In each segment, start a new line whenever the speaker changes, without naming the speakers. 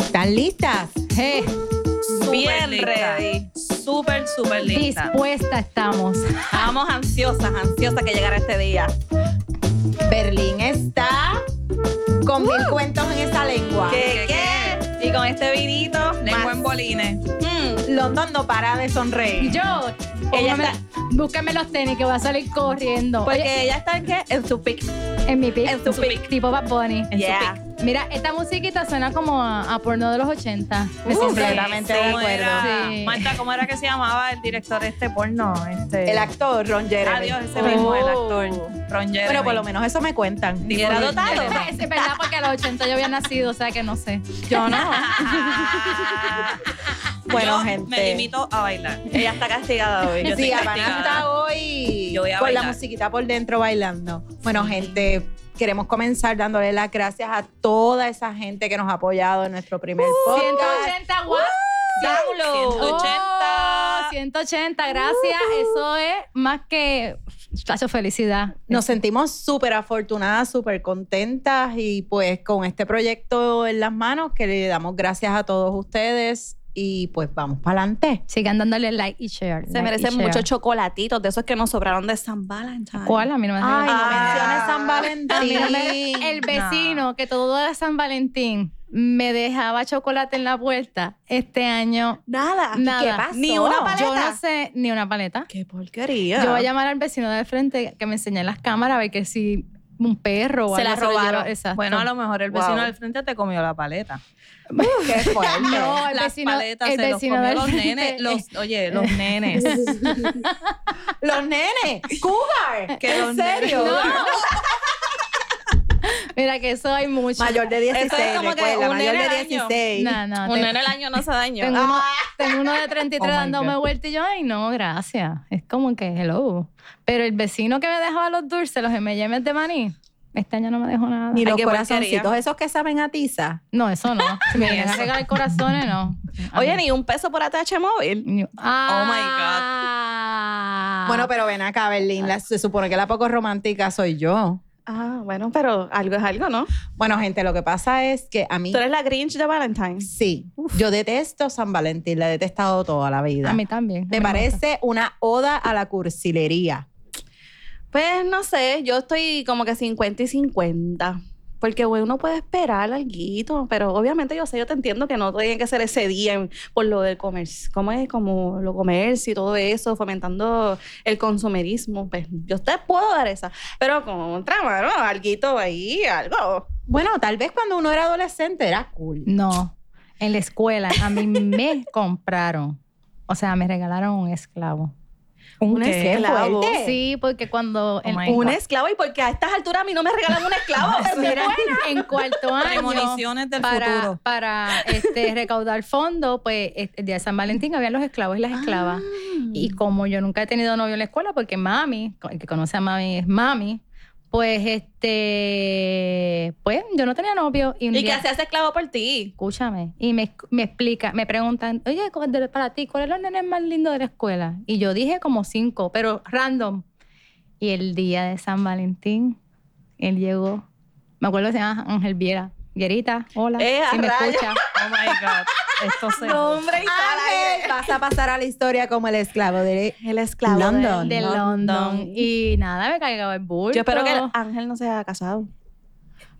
¿Están listas? Eh,
Bien
lista.
ready. Súper, súper lista.
dispuesta estamos.
Estamos ansiosas, ansiosas que llegara este día.
Berlín está con mil cuentos en esa lengua.
Uh. Ah, ¿Qué, qué? Y con este vinito, lengua en bolines.
London no para de sonreír.
Yo,
Ella
póngame- búscame los tenis que voy a salir corriendo.
Porque
Oye,
Pues ella está en qué? En su pick.
en mi pick,
en su pick.
tipo Bad Bunny.
En
Yeah.
su pick.
Mira, esta musiquita suena como a, a porno de los 80. Me
Uh,
siento-
completamente de
¿Cómo
acuerdo.
era?
Sí.
Marta, ¿cómo era que se llamaba el director de este porno? Este...
El actor Ron Jeremy. Oh.
Adiós, ese mismo, el actor. Ron Jeremy.
Pero por lo menos eso me cuentan.
Y era dotado.
Ah, Es verdad, porque a los 80 yo había nacido, o sea que no sé.
Yo no. Bueno,
Yo
gente.
Me limito a bailar. Ella está castigada hoy. Yo estoy
Sí, Habana
castigada.
está hoy
Yo voy a
con la
bailar.
musiquita por dentro bailando. Bueno, gente, queremos comenzar dándole las gracias a toda esa gente que nos ha apoyado en nuestro
Uh,
primer podcast.
180, guau.
¡Diablo! 180.
Oh, 180, gracias. Eso es más que. Chacho, felicidad.
Nos sentimos súper afortunadas, súper contentas y pues con este proyecto en las manos que le damos gracias a todos ustedes y pues vamos para adelante.
Sigan dándole like y share.
Se
like
merecen
y share.
muchos chocolatitos de esos que nos sobraron de San Valentín.
¿Cuál? A mí no me
Ay, no
Ah.
menciones San
A mí no me-
Valentín.
El vecino que todo era San Valentín me dejaba chocolate en la puerta este año.
Ah,
Nada. ¿Y
Nada.
¿Qué pasó?
Ni una paleta.
Yo no sé ni una paleta.
Qué porquería.
Yo voy a llamar al vecino del frente que me enseñe las cámaras a ver que si un perro o
Se
algo
la
lo llevó.
robaron.
Exacto.
Bueno, a lo mejor el vecino
Wow.
del frente te comió la paleta.
Qué fuerte.
No, el
Las
vecino-
paletas
el
se los
vecino
comió
del
los
frente.
nenes. Los, oye, los nenes.
Los nenes, cougar.
Que los
¿En serio?
nenes-
Mira que eso hay mucho.
Mayor de 16,
Eso es como que
recuerda,
un
mayor
nene
de
al año.
16.
No, no.
Un
te-
nene al año no se daño.
Tengo, uno,
Ah.
tengo uno de 33
Oh my
dándome
God.
vuelta y yo, ay, no, gracias. Es como que, hello. Pero el vecino que me dejaba los dulces, los M&M's de maní, este año no me dejó nada.
Ni
Ay,
los
qué
corazoncitos,
porquería.
esos que saben a tiza.
No, eso no. Si me vienen a
eso.
regalar corazones, no. A
Oye,
mí-
ni un peso por ATH móvil.
ni-
Ah.
Ah.
Bueno, pero ven acá, Berlín. la- se supone que la poco romántica soy yo.
Ah, bueno, pero algo es algo, ¿no?
Bueno, gente, lo que pasa es que a mí.
Tú eres la Grinch de Valentine's.
Sí, yo detesto San Valentín, la he detestado toda la vida.
A mí también.
Me
A mí
parece una oda a la cursilería.
Pues no sé, yo estoy como que 50 y 50. Porque güey, uno puede esperar algo, pero obviamente yo sé, yo te entiendo que no tiene que ser ese día en- por lo del comercio, como es como lo comercio y todo eso, fomentando el consumerismo. Pues yo te puedo dar esa, pero contra mano, algo ahí, algo.
Bueno, tal vez cuando uno era adolescente era cool.
No, en la escuela a mí me compraron. O sea, me regalaron un esclavo.
Un
¿Qué
esclavo.
fuerte?
Sí, porque cuando en,
Un esclavo, y porque a estas alturas a mí no me regalan un esclavo. pues,
mira, en cuarto año
Premoniciones del
para,
futuro.
para este, recaudar fondos, pues este, el día de San Valentín había los esclavos y las esclavas.
Ah.
Y como yo nunca he tenido novio en la escuela, porque mami, co- el que conoce a mami es mami, pues este, pues yo no tenía novio. Y, un
Y que
día-
hacías esclavo por ti.
escúchame, y me, me explica, me preguntan, oye, ¿cuál de- para ti, ¿cuál es los nenes más lindos de la escuela? Y yo dije como cinco, pero random. Y el día de San Valentín, él llegó, me acuerdo que se llama Ángel Viera. Vierita, hola,
Eh, a
si me
rayos.
escucha.
Oh my God. Esto se.
Hombre,
Ah,
Ángel, vas a pasar a la historia como el esclavo de
El esclavo.
London.
De London. Y nada, me cargaba el bulto.
Yo espero que el Ángel no se haya casado.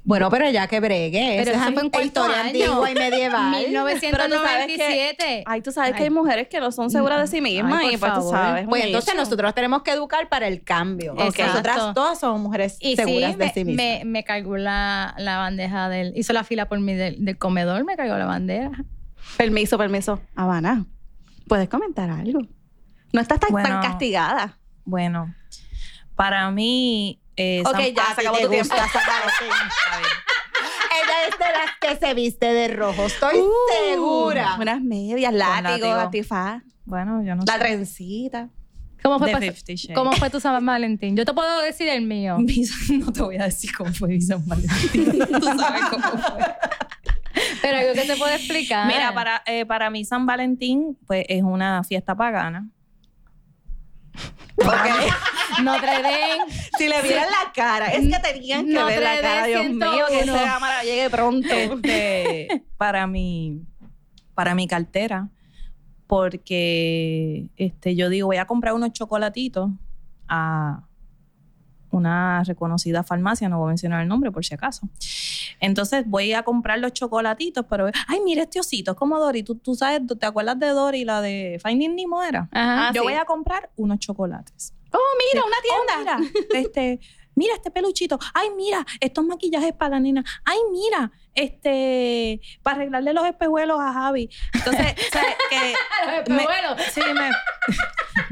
Bueno, pero ya que bregue. Esa
Pero eso
es
fue en cuarto
historia
año.
antigua y medieval. Pues
1997.
Ay, tú sabes
Ay.
que hay mujeres que no son seguras de sí mismas
Ay, por
y pues tú
favor.
sabes.
Pues
un
entonces
hecho.
nosotros tenemos que educar para el cambio.
Exacto.
Nosotras todas somos mujeres
Y
seguras
sí,
de
me,
sí mismas.
me, me cargó la, la bandeja del... Hizo la fila por mí del, del comedor, me cargó la bandera.
Permiso, permiso. Habana, ¿puedes comentar algo? No estás tan, tan
Bueno,
castigada.
Bueno, para mí. eh,
Ok,
San-
ya
A ti
se acabó
te
tu tiempo.
gusta San Valentín. Ella es de las que se viste de rojo, estoy
Uh.
segura.
Uh, Unas medias,
látigo,
látigo, antifaz,
Bueno, yo no
la
sé.
trencita.
¿Cómo fue,
De
pas-
50 Shades.
¿Cómo fue tu San Valentín? Yo te puedo decir el mío.
Mi San- No te voy a decir cómo fue mi San Valentín. Tú sabes cómo fue.
Pero algo que te puedo explicar.
Mira, para, eh, para mí San Valentín pues, es una fiesta pagana.
Notre Dame.
Si le vieran la cara, es que tenían que
No,
ver la
3D
cara, Dios mío, que
101.
esa cámara llegue pronto.
Este, para mí, para mi cartera porque este, yo digo, voy a comprar unos chocolatitos a una reconocida farmacia, no voy a mencionar el nombre por si acaso. Entonces voy a comprar los chocolatitos, pero, ay, mira este osito, es como Dory, tú, tú sabes, ¿tú- ¿te acuerdas de Dory, la de Finding Nemo era?
Ajá.
Ah,
yo
sí.
voy a comprar unos chocolates.
Mira, una
Oh, mira, este, mira este peluchito. Ay, mira, estos maquillajes para la nena. Ay, mira, este, para arreglarle los espejuelos a Javi. Entonces, o sea, que me-
Bueno,
sí, me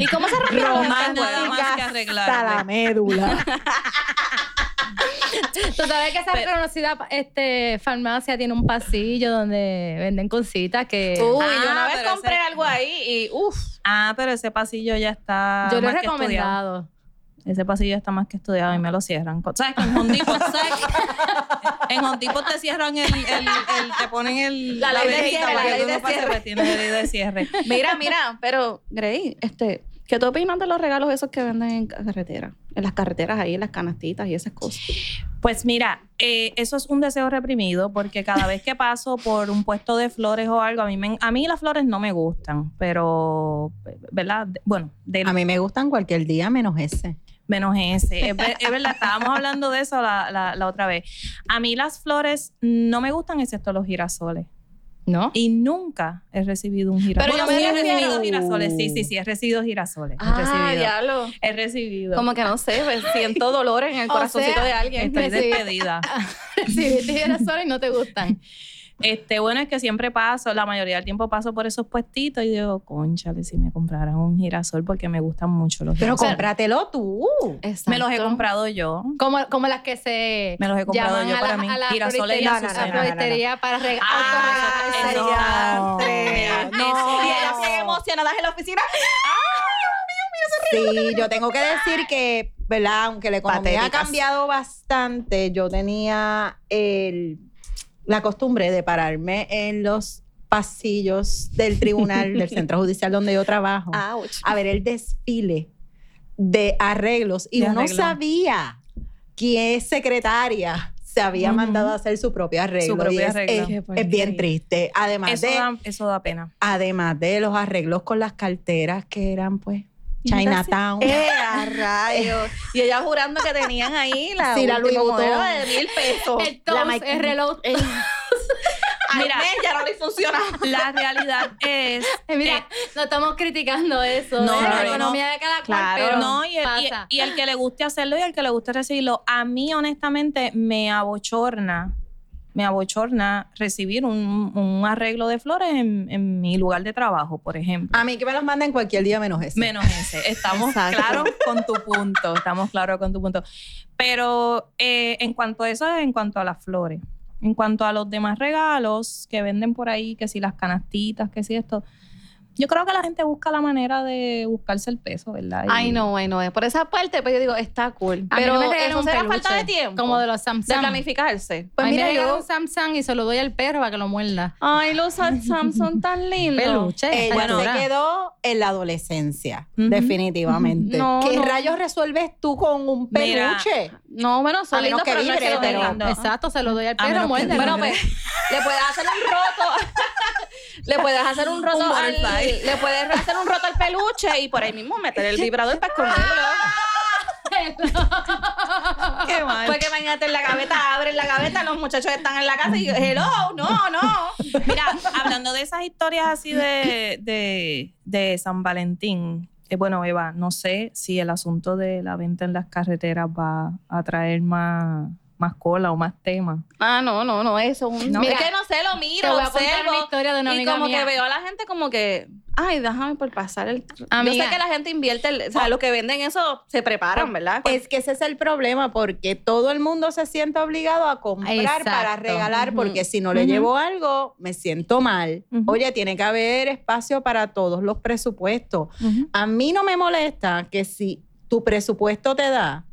¿y cómo se
nada más que
romántica hasta
arreglarme.
la médula.
Tú sabes que esa
Pero-
reconocida este, farmacia tiene un pasillo donde venden cositas que...
Uy, yo
Ah,
una vez
pero
compré
ese-
algo ahí y uff.
Ah, pero ese pasillo ya está
yo lo he
más que estudiado.
recomendado.
Ese pasillo ya está más que estudiado y me lo cierran. Co- ¿Sabes? que En Hondipo, ¿sabes? que En Hondipo te cierran el, el, el- te ponen el...
La ley de
velita
cierre, la
para que
ley
tú
de
no pases,
cierre.
pues, Tienes la ley de cierre.
Mira, mira, pero Grey, este, ¿qué tú opinas de los regalos esos que venden en ca- carretera? En las carreteras ahí, en las canastitas y esas cosas.
Pues mira, eh, eso es un deseo reprimido porque cada vez que paso por un puesto de flores o algo, a mí, me- a mí las flores no me gustan, pero, ¿verdad? De- Bueno, del-
A mí me gustan cualquier día menos ese.
menos ese. Es, ver- es verdad, estábamos hablando de eso la, la- la otra vez. A mí las flores no me gustan excepto los girasoles.
¿No?
Y nunca he recibido un girasol.
Pero yo
Bueno,
me
sí he
refiero- Ah,
recibido girasoles, sí, sí, sí, he recibido girasoles. he recibido.
diablo.
He recibido.
Como que no sé, pues, siento dolor en el
O
corazoncito
sea,
de alguien.
Estoy
recibí-
despedida.
Sí, te vieras sola y no te gustan.
Este, bueno, es que siempre paso, la mayoría del tiempo paso por esos puestitos y digo, conchale, si me compraran un girasol porque me gustan mucho los
Pero
girasoles.
cómpratelo tú.
Exacto.
me los he comprado yo.
Como, como las que se
Me los he comprado
llaman
yo
a
para
la-
mí.
a la
Girasoles y
floritería-
azucenas. No,
a la
no, no, no.
floritería para regalar.
Ah, eso- eso-
No.
No.
Y ellas bien emocionadas en la oficina.
Sí, yo tengo que decir que, ¿verdad? Aunque la economía ha
Patéticas.
cambiado bastante, yo tenía el- la costumbre de pararme en los pasillos del tribunal, del centro judicial donde yo trabajo,
Ouch.
a ver el desfile de arreglos. Y
De
uno
arreglos.
sabía que es secretaria se había
Ujú.
mandado a hacer su propio arreglo.
Su propio
y es-
arreglo.
es-
Qué
Es, bien
porquería.
triste. Además
Eso
de
da, eso da pena.
además de los arreglos con las carteras que eran pues Chinatown.
¡Eh, a rayos! Y ellas jurando que tenían ahí la,
Sí, la
última
Louis
modelo Eh,
Vuitton.
de mil pesos.
El toast,
ma-
el reloj.
Al
Mira.
mes ya no le funciona.
La realidad es
Eh, Mira, no estamos criticando eso.
No,
No,
no,
la
no.
economía de cada cual,
Claro,
pero
no, y el, y-
pasa.
y el que le guste hacerlo y el que le guste recibirlo. A mí, honestamente, me abochorna, me abochorna recibir un, un arreglo de flores en, en mi lugar de trabajo, por ejemplo.
A mí que me los manden cualquier día menos ese.
Menos ese. Estamos
Exacto.
claros con tu punto. Estamos claros con tu punto. Pero eh, en cuanto a eso, en cuanto a las flores. En cuanto a los demás regalos que venden por ahí, que si las canastitas, que si esto. Yo creo que la gente busca la manera de buscarse el peso, ¿verdad? Y-
Ay, no, ay, no. eh. Por esa parte, pues yo digo, está cool.
A mí
Pero
no me regalan
eso
un
será
peluche,
falta de tiempo.
Como de los
de
Samsung.
planificarse.
Pues
Pues
mira,
mira,
me yo
yo-
un Samsung y se lo doy al perro para que lo muerda.
Ay, los Samsung tan lindos.
Peluche.
Ella
bueno,
se quedó en la adolescencia,
Ujú.
definitivamente.
No,
¿Qué
no.
rayos resuelves tú con un
Mira,
peluche?
No, bueno,
A
son
menos
lindos,
que
pero no es
vibre,
que los
pero-
tengan.
Exacto, se lo doy al
A
perro,
menos que
muérdelo.
vibre.
Bueno, pues le puedes hacer un roto. le puedes hacer un roto
Un
al,
butterfly.
le puedes hacer un roto al peluche y por ahí mismo meter el vibrador para esconderlo.
Qué mal.
Porque imagínate en la gaveta, abren la gaveta, los muchachos están en la casa y yo, hello, no, no.
Mira, hablando de esas historias así de, de, de San Valentín, eh, bueno, Eva, no sé si el asunto de la venta en las carreteras va a traer más, más cola o más temas.
Ah, no, no, no, eso es un.
No.
es que no sé, lo
Te
miro,
voy a contar una
observo.
historia de una
y
amiga
como
mía.
que veo a la gente como que, ay, déjame por pasar el... Yo
Amiga.
sé que la gente invierte, el- o sea, lo que venden eso se preparan, ¿verdad?
Es que ese es el problema, porque todo el mundo se siente obligado a comprar
Exacto.
para regalar,
Ujú.
porque si no le
Ujú.
llevo algo, me siento mal.
Ujú.
Oye, tiene que haber espacio para todos los presupuestos. A mí no me molesta que si tu presupuesto te da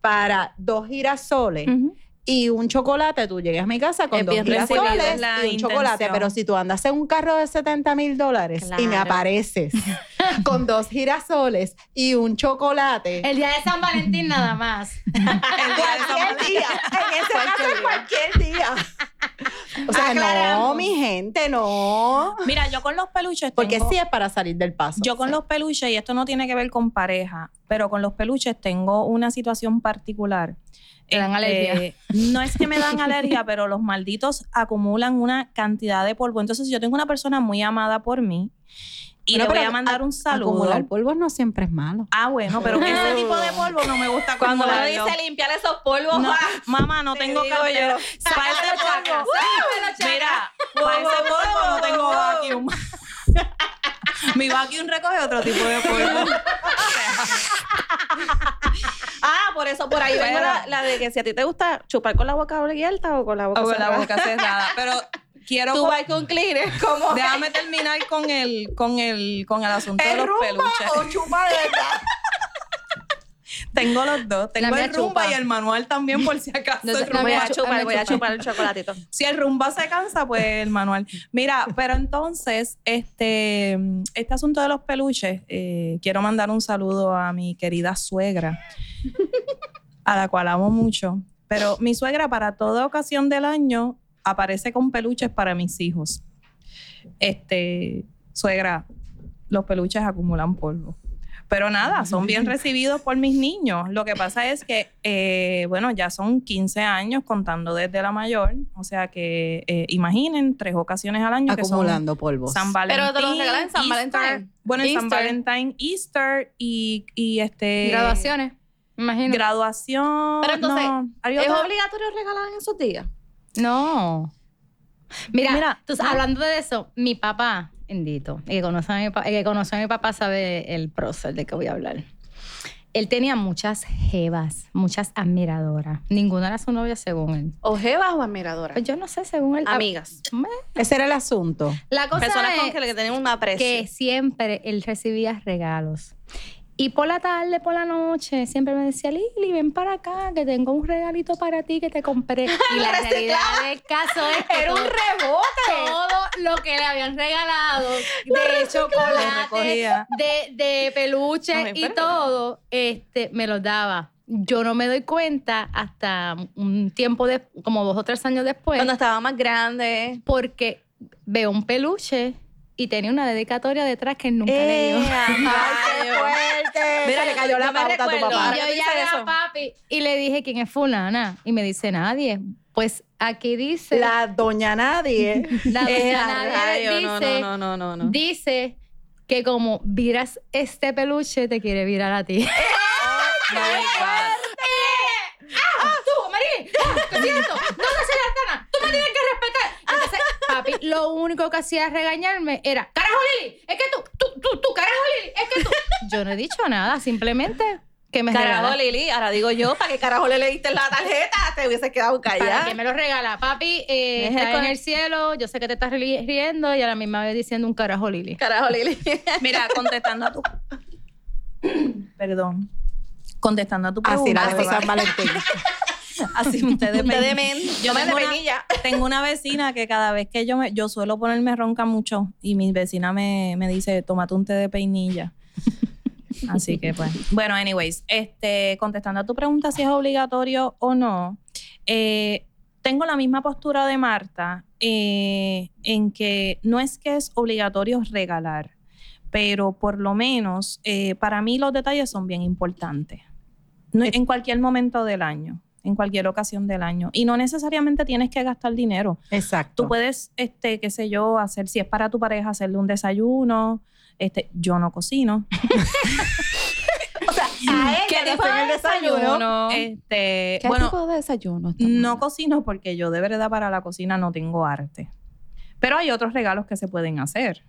para dos girasoles,
Ujú.
y un chocolate, tú llegas a mi casa con
Es
dos
bien recibido,
girasoles
es la
y un
intención.
chocolate, pero si tú andas en un carro de 70 mil dólares y me
Claro.
apareces con dos girasoles y un chocolate,
El día de San Valentín nada más.
cualquier día, en ese caso cualquier día. O sea,
Aclaramos.
no, mi gente, no.
Mira, yo con los peluches
Porque
tengo-
sí es para salir del paso.
Yo con los peluches, y esto no tiene que ver con pareja, pero con los peluches tengo una situación particular. Este,
Te dan alergia.
No es que me dan alergia, pero los malditos acumulan una cantidad de polvo. Entonces, si yo tengo una persona muy amada por mí y
Bueno,
le voy
pero
a mandar un saludo.
Acumular polvo no siempre es malo.
Ah, bueno, pero ese tipo de polvo no me gusta
Cuando uno
acumularlo.
dice limpiar esos polvos,
No,
¡ah!
mamá, no
Te
tengo
digo
cartera.
yo.
Para ese polvo. Mira, para ese polvo no tengo vacuum. Mi vacuum recoge otro tipo de polvo.
Ah, por eso, por ahí vengo la, la de que si a ti te gusta chupar con la boca abierta o con la boca
O con la
cerrada.
boca cerrada. Pero quiero.
Tú
co-
vas con cleaner, como
Déjame terminar con el, con el, con el asunto de los peluches.
chupa de verdad.
Tengo los dos. Tengo
mía
el rumba
chupa.
y el manual también, por si acaso.
No,
el
la
rumba-
voy
mía
a chupar,
me
voy a
chupa.
chupar el chocolatito.
Si el rumba se cansa, pues el manual. Mira, pero entonces, este, este asunto de los peluches, eh, quiero mandar un saludo a mi querida suegra, a la cual amo mucho. Pero mi suegra, para toda ocasión del año, aparece con peluches para mis hijos. Este, suegra, los peluches acumulan polvo. Pero nada, son bien recibidos por mis niños. Lo que pasa es que, eh, bueno, ya son 15 años contando desde la mayor. O sea que eh, imaginen tres ocasiones al año
Acumulando
que
polvos.
son San Valentín.
Pero te los regalan en San
Easter.
Valentín.
Bueno, en San
Easter.
Valentín, Easter y, y este.
Graduaciones, me imagino.
Graduación.
Pero entonces,
no, hay
¿Es
otra-
obligatorio regalar en esos días?
No. Mira,
Mira,
tú sabes, hablando de eso, mi papá, bendito, el que, conoce a mi pa- el que conoció a mi papá sabe el proceso de que voy a hablar. Él tenía muchas jevas, muchas admiradoras. Ninguna era su novia según él.
¿Ojevas o admiradoras?
Pues yo no sé, según él.
Amigas.
Ese era el asunto.
La cosa
Personas con
es
que le tienen un aprecio.
que siempre él recibía regalos. Y por la tarde, por la noche, siempre me decía, Lili, ven para acá, que tengo un regalito para ti que te compré. Y la realidad del caso es que
Era un
todo-
rebote.
todo lo que le habían regalado de
Lo
chocolate,
recogía.
de, de peluche
Ay,
y
pero-
todo, este, me los daba. Yo no me doy cuenta hasta un tiempo, de, como dos o tres años después,
Cuando estaba más grande.
porque veo un peluche y tenía una dedicatoria detrás que nunca le dio.
¡Eh, rayos!
fuerte!
Mira,
Mira, le cayó la
yo me
pauta a tu
recuerdo.
papá.
Y yo
¿Ahora tú
llamé
dices
a
eso?
papi y le dije quién es fulana y me dice nadie. Pues aquí dice
La doña nadie.
la
¡Eh,
doña nadie
rayos! No,
dice
no, no, no, no, no.
dice que como viras este peluche, te quiere virar a ti.
Oh my God.
¡Ah, tú, Marilyn! ¡Lo siento! ¡No te soy artana! ¡Tú me tienes que respetar! Entonces, papi, lo único que hacía regañarme era ¡Carajo, Lili! ¡Es que tú, tú, tú, tú, carajo, Lili! ¡Es que tú! Yo no he dicho nada, simplemente que me
Carajo,
regala.
Lili, ahora digo yo, ¿para qué carajo le leíste la tarjeta? Te hubieses quedado
¿Para
callada.
qué me lo regala? Papi, eh,
Deja
está
con-
en el cielo, yo sé que te estás ri- riendo y a la misma vez diciendo un carajo, Lili.
Carajo, Lili.
Mira, contestando a tu. Perdón. Contestando a tu pregunta.
Así era
de
después San Valentín.
Así ustedes
Usted de
ven.
men. Yo
Yo
me de
tengo una-
penilla.
Tengo una vecina que cada vez que yo me, yo suelo ponerme ronca mucho y mi vecina me, me dice, tómate un té de peinilla. Así que pues. Bueno, anyways, este, contestando a tu pregunta si es obligatorio o no, eh, tengo la misma postura de Marta eh, en que no es que es obligatorio regalar, pero por lo menos eh, para mí los detalles son bien importantes. No- en cualquier momento del año, en cualquier ocasión del año. Y no necesariamente tienes que gastar dinero.
Exacto.
Tú puedes, este, qué sé yo, hacer, si es para tu pareja, hacerle un desayuno. Este, yo no cocino.
A
¿Qué
ella le
tipo de
hacen el desayuno?
desayuno?
Este, bueno,
de desayuno?
no cocino porque yo de verdad para la cocina no tengo arte. Pero hay otros regalos que se pueden hacer.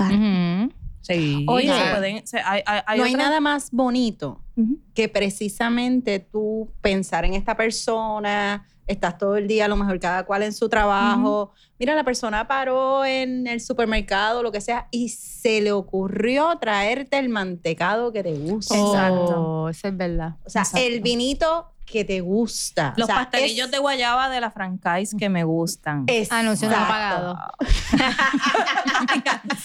Ujú.
Sí.
Oye.
se pueden- se- hay, hay- hay
no hay
otras-
nada más bonito
Ujú.
que precisamente tú pensar en esta persona, estás todo el día, a lo mejor cada cual en su trabajo. Mira, la persona paró en el supermercado, lo que sea, y se le ocurrió traerte el mantecado que te gusta.
Exacto.
Oh, eso es verdad.
O sea,
Exacto.
el vinito que te gusta.
Los
O sea,
pastelillos
es-
de guayaba de la francais que me gustan.
Eh,
Ah, no, eso no
Exacto.
pagado.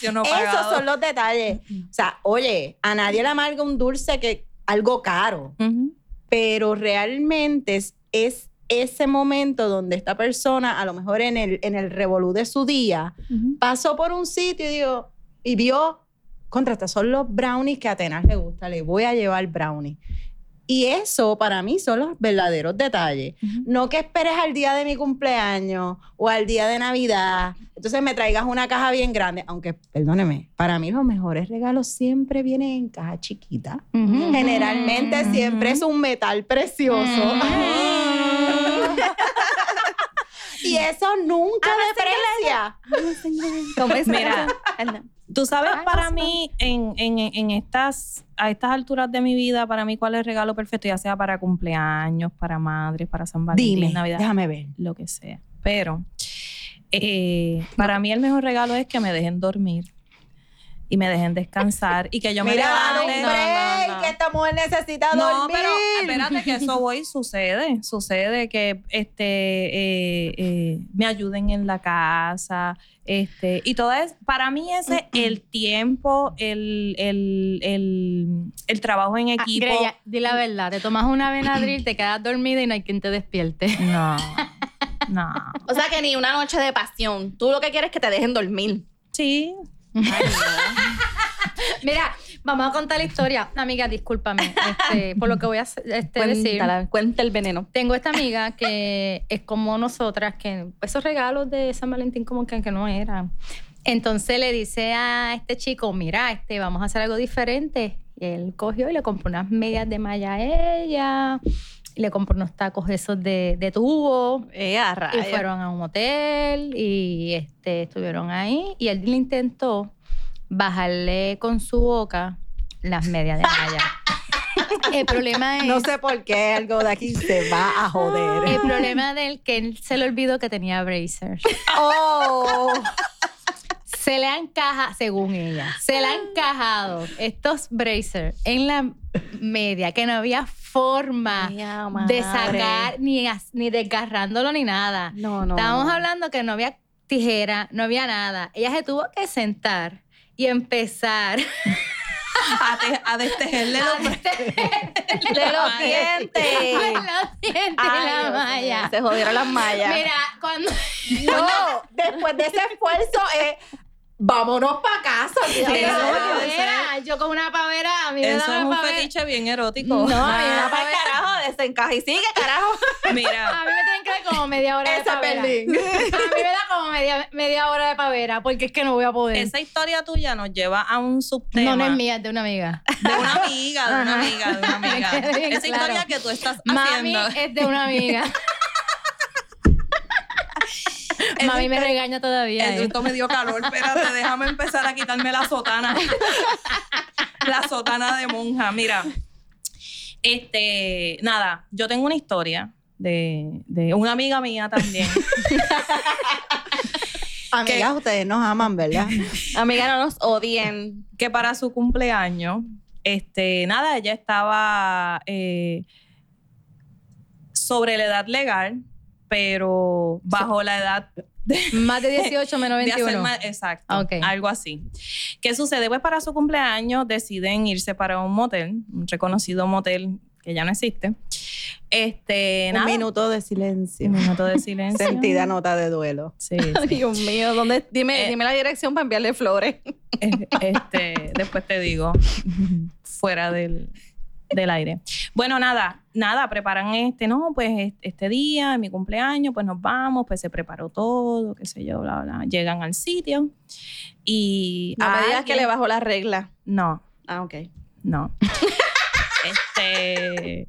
Yo no
Esos
pagado.
son los detalles. O sea, oye, a nadie le amarga un dulce que algo caro.
Ujú.
pero realmente es, es ese momento donde esta persona, a lo mejor en el, en el revolú de su día, pasó por un sitio y, digo, y vio, contra, estos son los brownies que a Atenas le gusta, le voy a llevar brownies. Y eso para mí son los verdaderos detalles. No que esperes al día de mi cumpleaños o al día de Navidad. Entonces me traigas una caja bien grande. Aunque, perdóneme, para mí los mejores regalos siempre vienen en caja chiquita.
Ujú.
Generalmente
Ujú.
siempre es un metal precioso. y eso nunca deprecia.
¿Cómo es?
Mira.
Anda.
Tú sabes,
Ay,
para
Oscar.
mí, en, en- en estas, a estas alturas de mi vida, para mí, ¿cuál es el regalo perfecto? Ya sea para cumpleaños, para madres, para San Valentín,
Dime,
Navidad,
déjame ver.
lo que sea. Pero eh, para mí el mejor regalo es que me dejen dormir y me dejen descansar y que yo me
Mira, dale
levante.
un
no,
break,
no, no.
que esta mujer necesita
No,
dormir.
pero espérate que eso voy, sucede, sucede que este eh, eh, me ayuden en la casa, este, y todo es, para mí ese el tiempo, el, el, el, el trabajo en
Ah,
equipo.
Greya, di la verdad, te tomas una Benadryl, te quedas dormida y no hay quien te despierte.
no, no.
O sea que ni una noche de pasión. Tú lo que quieres es que te dejen dormir.
Sí.
Mira, vamos a contar la historia. Amiga, discúlpame este, por lo que voy a hacer- este, decir.
Cuéntala, cuenta el veneno.
Tengo esta amiga que es como nosotras, que esos regalos de San Valentín como que, que no eran. Entonces le dice a este chico, mira, este, vamos a hacer algo diferente. Y él cogió y le compró unas medias de malla a ella, y le compró unos tacos esos de, de tubo.
Eh, a
Y
rayos.
fueron a un hotel y este, estuvieron ahí. Y él le intentó bajarle con su boca las medias de malla. El problema es...
No sé por qué algo de aquí se va a joder.
El problema de él que él se le olvidó que tenía bracers.
Oh,
Se le han encajado, según ella, se le han encajado estos bracers en la media, que no había forma
Ya, madre.
de sacar, ni, as- ni desgarrándolo, ni nada.
No, no.
Estábamos
no.
hablando que no había tijera, no había nada. Ella se tuvo que sentar y empezar
A, te- a destejerle
a
los
De los dientes.
la dientes
Ay,
la
Dios mío,
malla.
Se jodieron las mallas.
Mira, cuando...
no, después de ese esfuerzo, eh, vámonos para casa.
Eso
Yo con una
es-
pavera, yo con una pavera, a mí me
Eso
daba
es un
pavera.
fetiche bien
No,
erótico.
a mí me
Mira,
daba
para
pavera.
carajo, desencaja y sigue, carajo.
Mira,
A mí me tienen que dar como media hora de
Ese
pavera.
pelín.
A mí me da como media, media hora de pavera, porque es que no voy a poder.
esa historia tuya nos lleva a un subtema.
no, no es mía, es de una amiga.
De una amiga, de una
Ajá.
amiga, de una amiga.
Me quedé bien
Esa historia
claro.
que tú estás
Mami eh,
haciendo.
es de una amiga. Mami me regaña todavía.
El
eh.
me dio calor, espérate, déjame empezar a quitarme la sotana. la sotana de monja, mira. Este, nada, yo tengo una historia de, de una amiga mía también.
Amigas, ustedes nos aman, ¿verdad?
Amiga, no nos odien.
que para su cumpleaños, este, nada, ella estaba eh, sobre la edad legal, pero bajo la edad
Más de 18 menos
de hacer
21.
ma- exacto,
Ah, ok.
algo así. ¿Qué sucede? Pues para su cumpleaños deciden irse para un motel, un reconocido motel que ya no existe. Este,
Un
nada,
minuto de silencio.
un minuto de silencio.
Sentida nota de duelo.
Sí, sí.
Dios mío, ¿dónde? Dime,
Eh.
dime la dirección para enviarle flores.
Eh, este, después te digo, fuera del, del aire. Bueno, nada, nada, preparan este, no, pues es- este día, mi cumpleaños, pues nos vamos, pues se preparó todo, qué sé yo, bla, bla. Llegan al sitio y...
No
Ah.
a
me digas que
alguien-
le bajó la regla.
No,
Ah, ok.
no. este,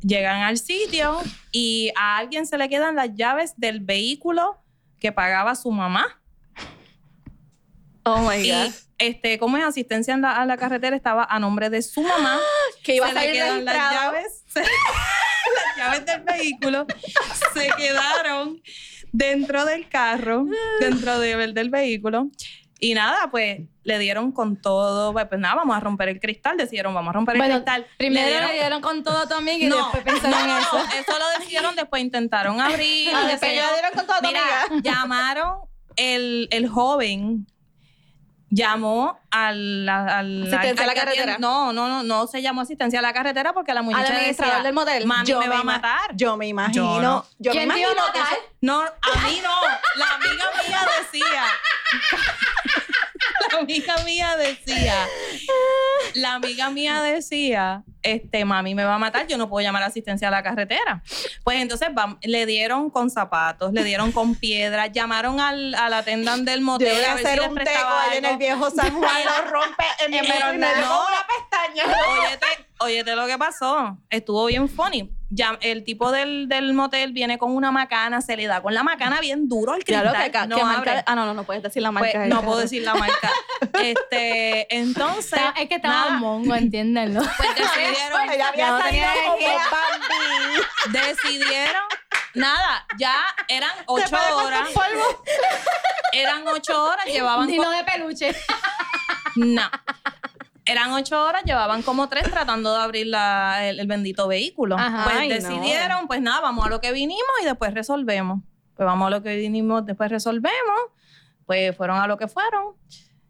llegan al sitio y a alguien se le quedan las llaves del vehículo que pagaba su mamá.
Oh my
Y
God.
este, como es asistencia en la- a la carretera, estaba a nombre de su mamá.
Que iba
se
a
le
salir
quedan las
registrado.
llaves. se- las llaves del vehículo se quedaron dentro del carro,
Ah.
dentro de- del vehículo. Y nada, pues le dieron con todo. Pues nada, vamos a romper el cristal. Decidieron, vamos a romper el
Bueno,
cristal. Le
Primero le dieron,
dieron-
con todo a tu amiga y
No,
después
no,
pensaron
no,
en eso.
no, eso lo decidieron, después intentaron abrir.
Ah,
qué
después
sé
ya
yo.
dieron con todo,
Mira,
amiga.
llamaron el, el joven llamó al, al
Asistencia a la
al que
carretera.
atiende- No, no, no, no se llamó asistencia a la carretera porque la muchacha
Al administrador
decía,
del motel.
mami
Yo
me va a
ima-
matar.
Yo me imagino.
Yo
Yo,
no.
me
¿Quién te
imagino
iba a
que
matar?
eso-
No, a mí no. La amiga mía decía. La amiga mía decía. La amiga mía decía, este, mami me va a matar, yo no puedo llamar a asistencia a la carretera. Pues entonces vam- le dieron con zapatos, le dieron con piedras, llamaron al, a la tenda del motel.
Yo voy a
a ver si
hacer
les
un teco
prestaba
allá en
algo.
el viejo San Juan, lo rompe en mi
En verdad,
y me dio
no.
con una pestaña.
Óyete, óyete lo que pasó. Estuvo bien funny. Ya, el tipo del, del motel viene con una macana, se le da con la macana bien duro al
Claro
cristal.
que acá.
no
¿qué
abre.
marca? Ah, no, no, no puedes decir la
Pues,
marca.
no puedo decir la marca. este, entonces.
Está- es que estaba
nada,
mongo, entiéndanlo.
pues decidieron,
Ella había
Ya no
salido
tenía
como
energía.
Bambi.
decidieron, nada, ya eran ocho horas. Eran ocho horas, llevaban
Y
co-
no de peluche. Pues
No. Eran ocho horas, llevaban como tres tratando de abrir la- el, el bendito vehículo.
Ajá.
pues
Ay, no.
decidieron, pues nada, vamos a lo que vinimos y después resolvemos. Pues vamos a lo que vinimos, después resolvemos. Pues fueron a lo que fueron.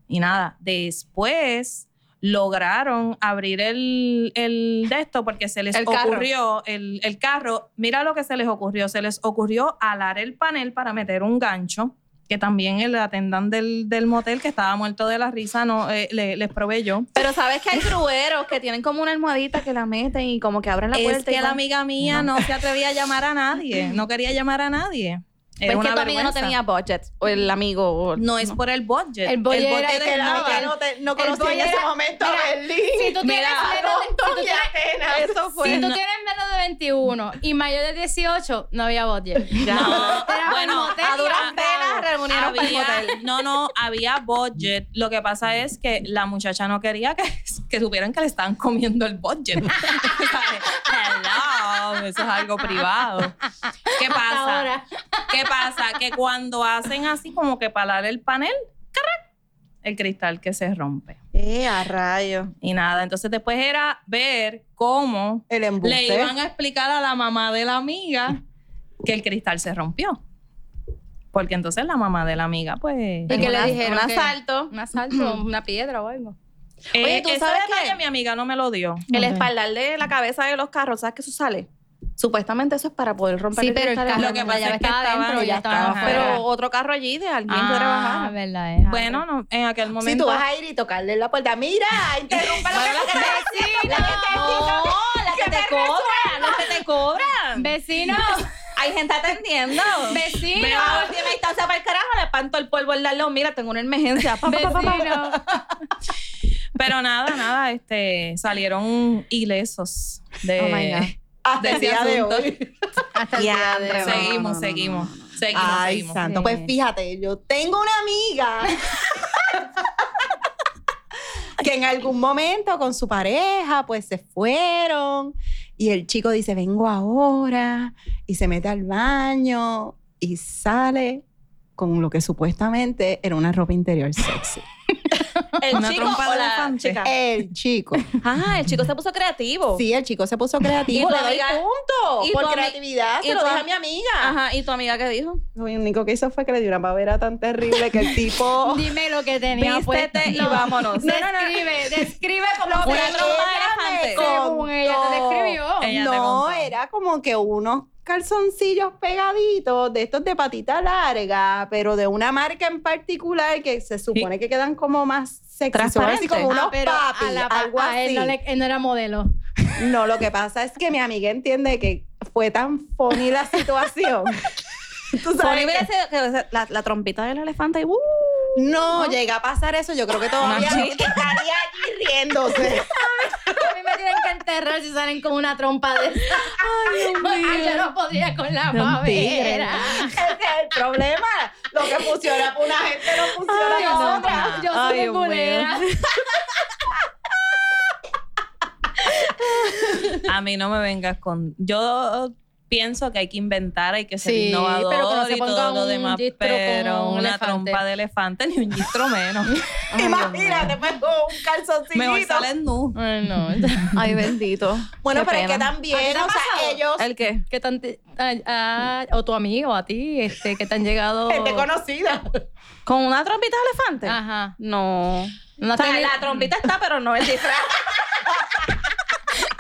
Y nada, después lograron abrir el, el de esto porque se les
El carro.
ocurrió el, el carro. Mira lo que se les ocurrió. Se les ocurrió alar el panel para meter un gancho que también el atendante del, del motel que estaba muerto de la risa no eh, le- les proveyó.
Pero sabes que hay grueros que tienen como una almohadita que la meten y como que abren la
es
puerta. y
que la
van.
amiga mía no. se atrevía a llamar a nadie, no quería llamar a nadie.
Pero
Pues
Era
es que
una
tu amigo no
vergüenza.
tenía budget. O el amigo. o-
No es por el budget.
El budget era
Es
que
que
es
la-
nada.
nada, no, te, no conocí
boy
en ese
era-
momento a
mira,
Berlín.
Si tú tienes menos de- si tú tienes-
Eso
si tú
no.
tienes menos de 21 y mayor de 18, no había budget.
No,
Era
bueno,
para el motel
a
y
duras
a-
penas reunieron para el
Había-
motel. No, no, había budget. Lo que pasa es que la muchacha no quería que, que supieran que le estaban comiendo el budget. Hello, eso es algo privado. ¿Qué pasa?
ahora.
¿Qué pasa? Que cuando hacen así como que palar el panel, ¡carac! el cristal que se rompe.
Eh, a rayo.
Y nada, entonces después era ver cómo
El embuste.
le iban a explicar a la mamá de la amiga que el cristal se rompió. Porque entonces la mamá de la amiga, pues.
¿Y qué le
Una-
dijeron?
Un
que-
asalto.
Un asalto, una piedra o algo.
Eh,
Oye, ¿tú
ese
sabes
detalle
qué?
mi amiga no me lo dio.
El
Ok.
espaldar de la cabeza de los carros, ¿sabes que eso sale? Supuestamente eso es para poder romper
Sí, pero el
cristal.
carro,
Lo que
la
pasa
llave
es que
estaba
estaban-
adentro,
ya
ya estaba
estaban
afuera.
Pero otro carro allí de alguien que
Ah,
trabajaba.
verdad es.
Bueno, no, en aquel
Si
momento.
tú vas a ir y tocarle la puerta, mira, interrumpa la
Bueno,
que te
¡No! ¡La que te cobra! ¡La que te
cobran.
¡Vecino!
Hay gente atendiendo.
¡Vecino!
Pero a última instancia para el carajo le espanto el polvo al darlo. Mira, tengo una emergencia. Pa, pa, pa, pa, pa.
¡Vecino!
Pero nada, nada, este, salieron ilesos de.
Oh my God.
Hasta el
de ese
día de
asunto.
hoy.
Hasta el
Ya,
día de
hombre,
hoy.
sí.
Seguimos,
no, no,
seguimos, seguimos,
Ay,
seguimos.
santo.
Sí.
Pues fíjate, yo tengo una amiga que en algún momento con su pareja, pues se fueron y el chico dice, vengo ahora y se mete al baño y sale con lo que supuestamente era una ropa interior sexy.
El
Una
chico
trompa
o
de
la
elefante.
chica.
El chico.
Ah, el chico se puso creativo.
Oh.
Sí, el chico se puso
Y tu
creativo. Le doy
amiga-
punto.
y tu
por
ami-
creatividad.
y
Se lo
tu
dije
am-
a mi amiga.
Ajá, ¿y tu amiga qué dijo?
Lo único que hizo fue que le dio una pavera tan terrible que el tipo.
Dime lo que tenía puesto.
Vístete y
No.
vámonos.
Describe, describe como
Lo
fue
que
la
ella
ropa
me
de elefante. Según ella te
contó.
describió.
Ella te contó.
no, era como que unos calzoncillos pegaditos de estos de patita larga, pero de una marca en particular que se supone que quedan como más sexy, son así
Transparente.
como unos
Ah, pero a
papis,
la pa-
algo
a él
así.
no, le- él no era modelo.
No, lo que pasa es que mi amiga entiende que fue tan funny la situación. Tú sabes
Pone,
que-
mira, ese- que- la, la trompita del elefante y ¡uh!
No, llega a pasar eso, yo creo que todavía
Una
estaría allí riéndose.
A mí me tienen que enterrar si salen con una trompa de esa. Ay, yo no podría con la
De un tigre.
pavera.
Ese es el problema. Lo que funciona para una gente no funciona
Ay,
para
no,
otra.
yo
Ay,
soy
Dios mío.
culera.
A mí no me vengas con. Yo pienso que hay que inventar, hay que ser
Sí,
innovador
pero que no se
y
ponga
todo lo
un
demás,
gistro
pero
con un
una
elefante.
trompa de elefante ni un gistro menos.
Imagínate, pues con un
Mejor
calzoncillito.
salen nu.
Ay, no.
Ay, bendito.
Bueno,
Qué
pero es que
pena.
también, o sea, ellos,
¿El qué?
¿Qué tan te- a- a- o tu amigo, a ti, este, que te han llegado.
gente conocida.
¿Con una trompita de elefante?
Ajá.
No.
No
Ah. O sea,
te-
la trompita está, pero no el disfraz.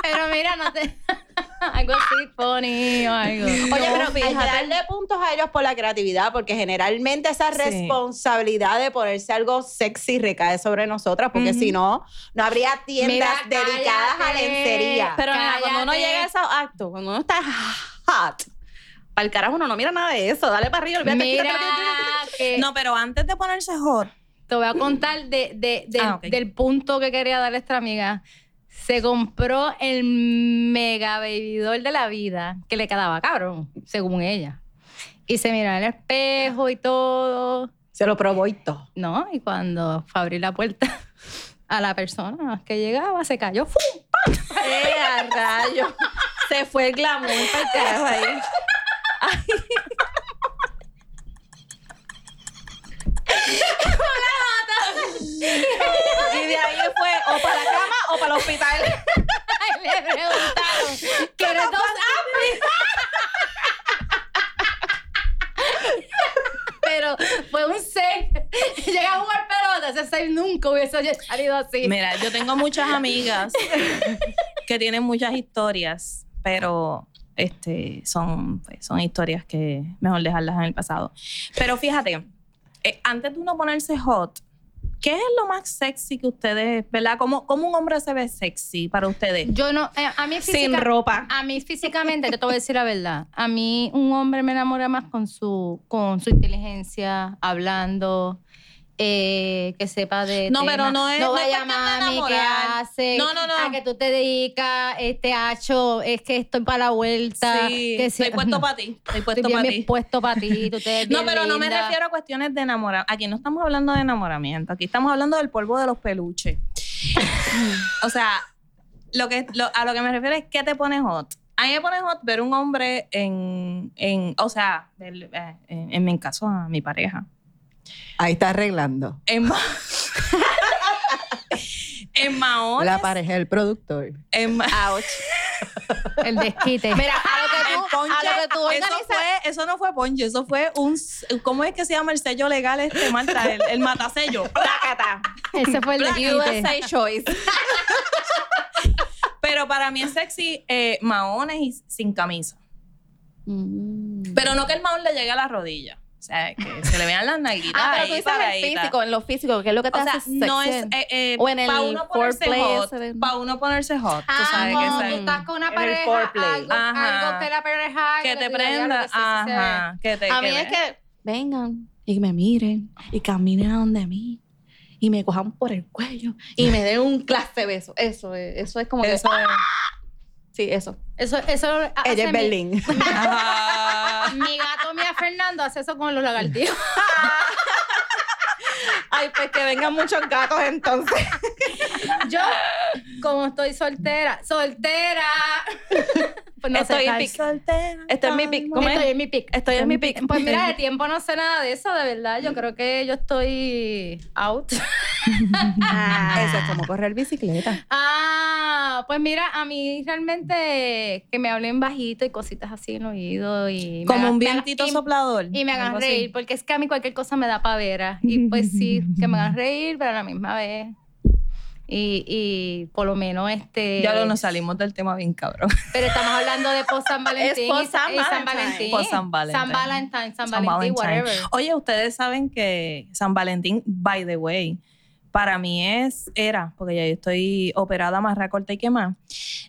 Pero mira, no te. algo así funny o algo.
Oye,
No,
pero hay que
fíjate.
darle puntos a ellos por la creatividad, porque generalmente esa
Sí.
responsabilidad de ponerse algo sexy recae sobre nosotras, porque si no, no habría tiendas
Mira,
dedicadas a
cállate.
lencería.
Pero nada, cuando uno
Cállate.
llega a esos actos, cuando uno está hot, para el carajo uno no mira nada de eso. Dale para arriba, olvídate.
Mira,
quítate, quítate, quítate.
que
No, pero antes de ponerse hot,
te voy a contar de, de- del-
Ah, ok.
del punto que quería dar esta amiga. Se compró el mega bebidor de la vida que le quedaba cabrón, según ella. Y se miró al espejo y todo.
Se lo probó y todo.
No, y cuando fue a abrir la puerta a la persona que llegaba, se cayó. ¡Fum!
¡Eh, a rayo! Se fue el glamour para el carajo ahí. Ay. Y de ahí fue o para la cama o para el hospital.
Ay, le preguntaron, ¿quieres dos Ambris?" Pero fue un seis. Llega a jugar pelota, ese seis nunca hubiese salido así.
mira, yo tengo muchas amigas que tienen muchas historias, pero este, son, pues, son historias que mejor dejarlas en el pasado. Pero fíjate, eh, antes de uno ponerse hot, ¿qué es lo más sexy que ustedes, verdad? ¿Cómo, cómo un hombre se ve sexy para ustedes?
Yo no, eh, a mí
Sin
física-
ropa.
A mí físicamente, yo te voy a decir la verdad, a mí un hombre me enamora más con su, con su inteligencia, hablando, eh, que sepa de
No,
temas.
pero no es-
No
no es
vaya,
cuestión de
mami, ¿qué
enamorar.
hace?
No, no, no.
A que tú te dedicas, este hacho, es que estoy para la vuelta.
Sí,
que
estoy
si-
puesto para ti. Estoy
Estoy
puesto
bien
para
bien
ti.
puesto para ti, tú te ves
No,
bien
pero no me
linda.
refiero a cuestiones de enamoramiento. Aquí no estamos hablando de enamoramiento. Aquí estamos hablando del polvo de los peluches. o sea, lo que, lo- a lo que me refiero es qué te pone hot. A mí me pone hot ver un hombre en, en o sea, el- eh, en, en mi caso, a mi pareja.
Ahí está arreglando.
En, ma- en Mahón.
pareja del productor.
En ma-
El desquite.
Mira, a lo que tú, a lo que tú
eso,
organizas.
fue, eso no fue ponche, eso fue un... s- ¿Cómo es que se llama el sello legal este, Marta? El, el matasello.
Tácata.
Ese fue el desquite.
USA Choice.
Pero para mí es sexy eh, maones y sin camisa.
Mm.
Pero no que el maón le llegue a la rodilla. O sea, que se le vean las nalguitas
Ah, pero
ahí
tú dices en el
paraditas.
físico, en lo físico, que es lo que te
O sea,
hace
no es...
sexy.
Eh, eh,
O en el
pa' uno ponerse
foreplay
hot.
ese de-
Para uno ponerse hot.
Ah,
tú sabes que
como
esa-
tú estás con una
En el
pareja,
foreplay.
algo,
Ajá.
algo que la
Ah,
pareja haga,
que te
tú digas, "Diablo,
prenda.
qué sexy se ve".
Ajá. Que te
A mí
que
es
ve-
que vengan y me miren y caminen a donde mí y me cojan por el cuello y me den un clase beso. Eso es, eso es como que-
Eso es.
Sí, eso.
Eso, eso hace
Ella es
Ah, mi-
Berlín.
Ajá.
Mi gato Mía Fernando hace eso con los lagartijos.
Ay, pues que vengan muchos gatos entonces.
Yo, como estoy soltera, soltera. Pues no sé,
Estoy en
Kai.
pic. Estoy en mi pic. ¿Cómo
Estoy
es?
en mi pic.
Estoy en mi pic.
Pues mira, de tiempo no sé nada de eso, de verdad. Yo creo que yo estoy out.
Eso es como correr bicicleta.
Ah, pues mira, a mí realmente que me hablen bajito y cositas así en el oído y me
Como
hagan-
un
me hagan-
vientito
y-
soplador.
Y me hagan
algo así.
reír, porque es que a mí cualquier cosa me da pavera. Y pues sí, que me hagan reír, pero a la misma vez. Y, y por lo menos este.
Ya lo nos salimos del tema bien cabrón.
Pero estamos hablando de post San Valentín.
Es post
y-
San
y San
Valentine.
Valentín.
Post San Valentín.
San Valentín, San
San
Valentín,
Valentine.
whatever.
Oye, ustedes saben que San Valentín, by the way, para mí es, era, porque ya yo estoy operada, más corta y quemada,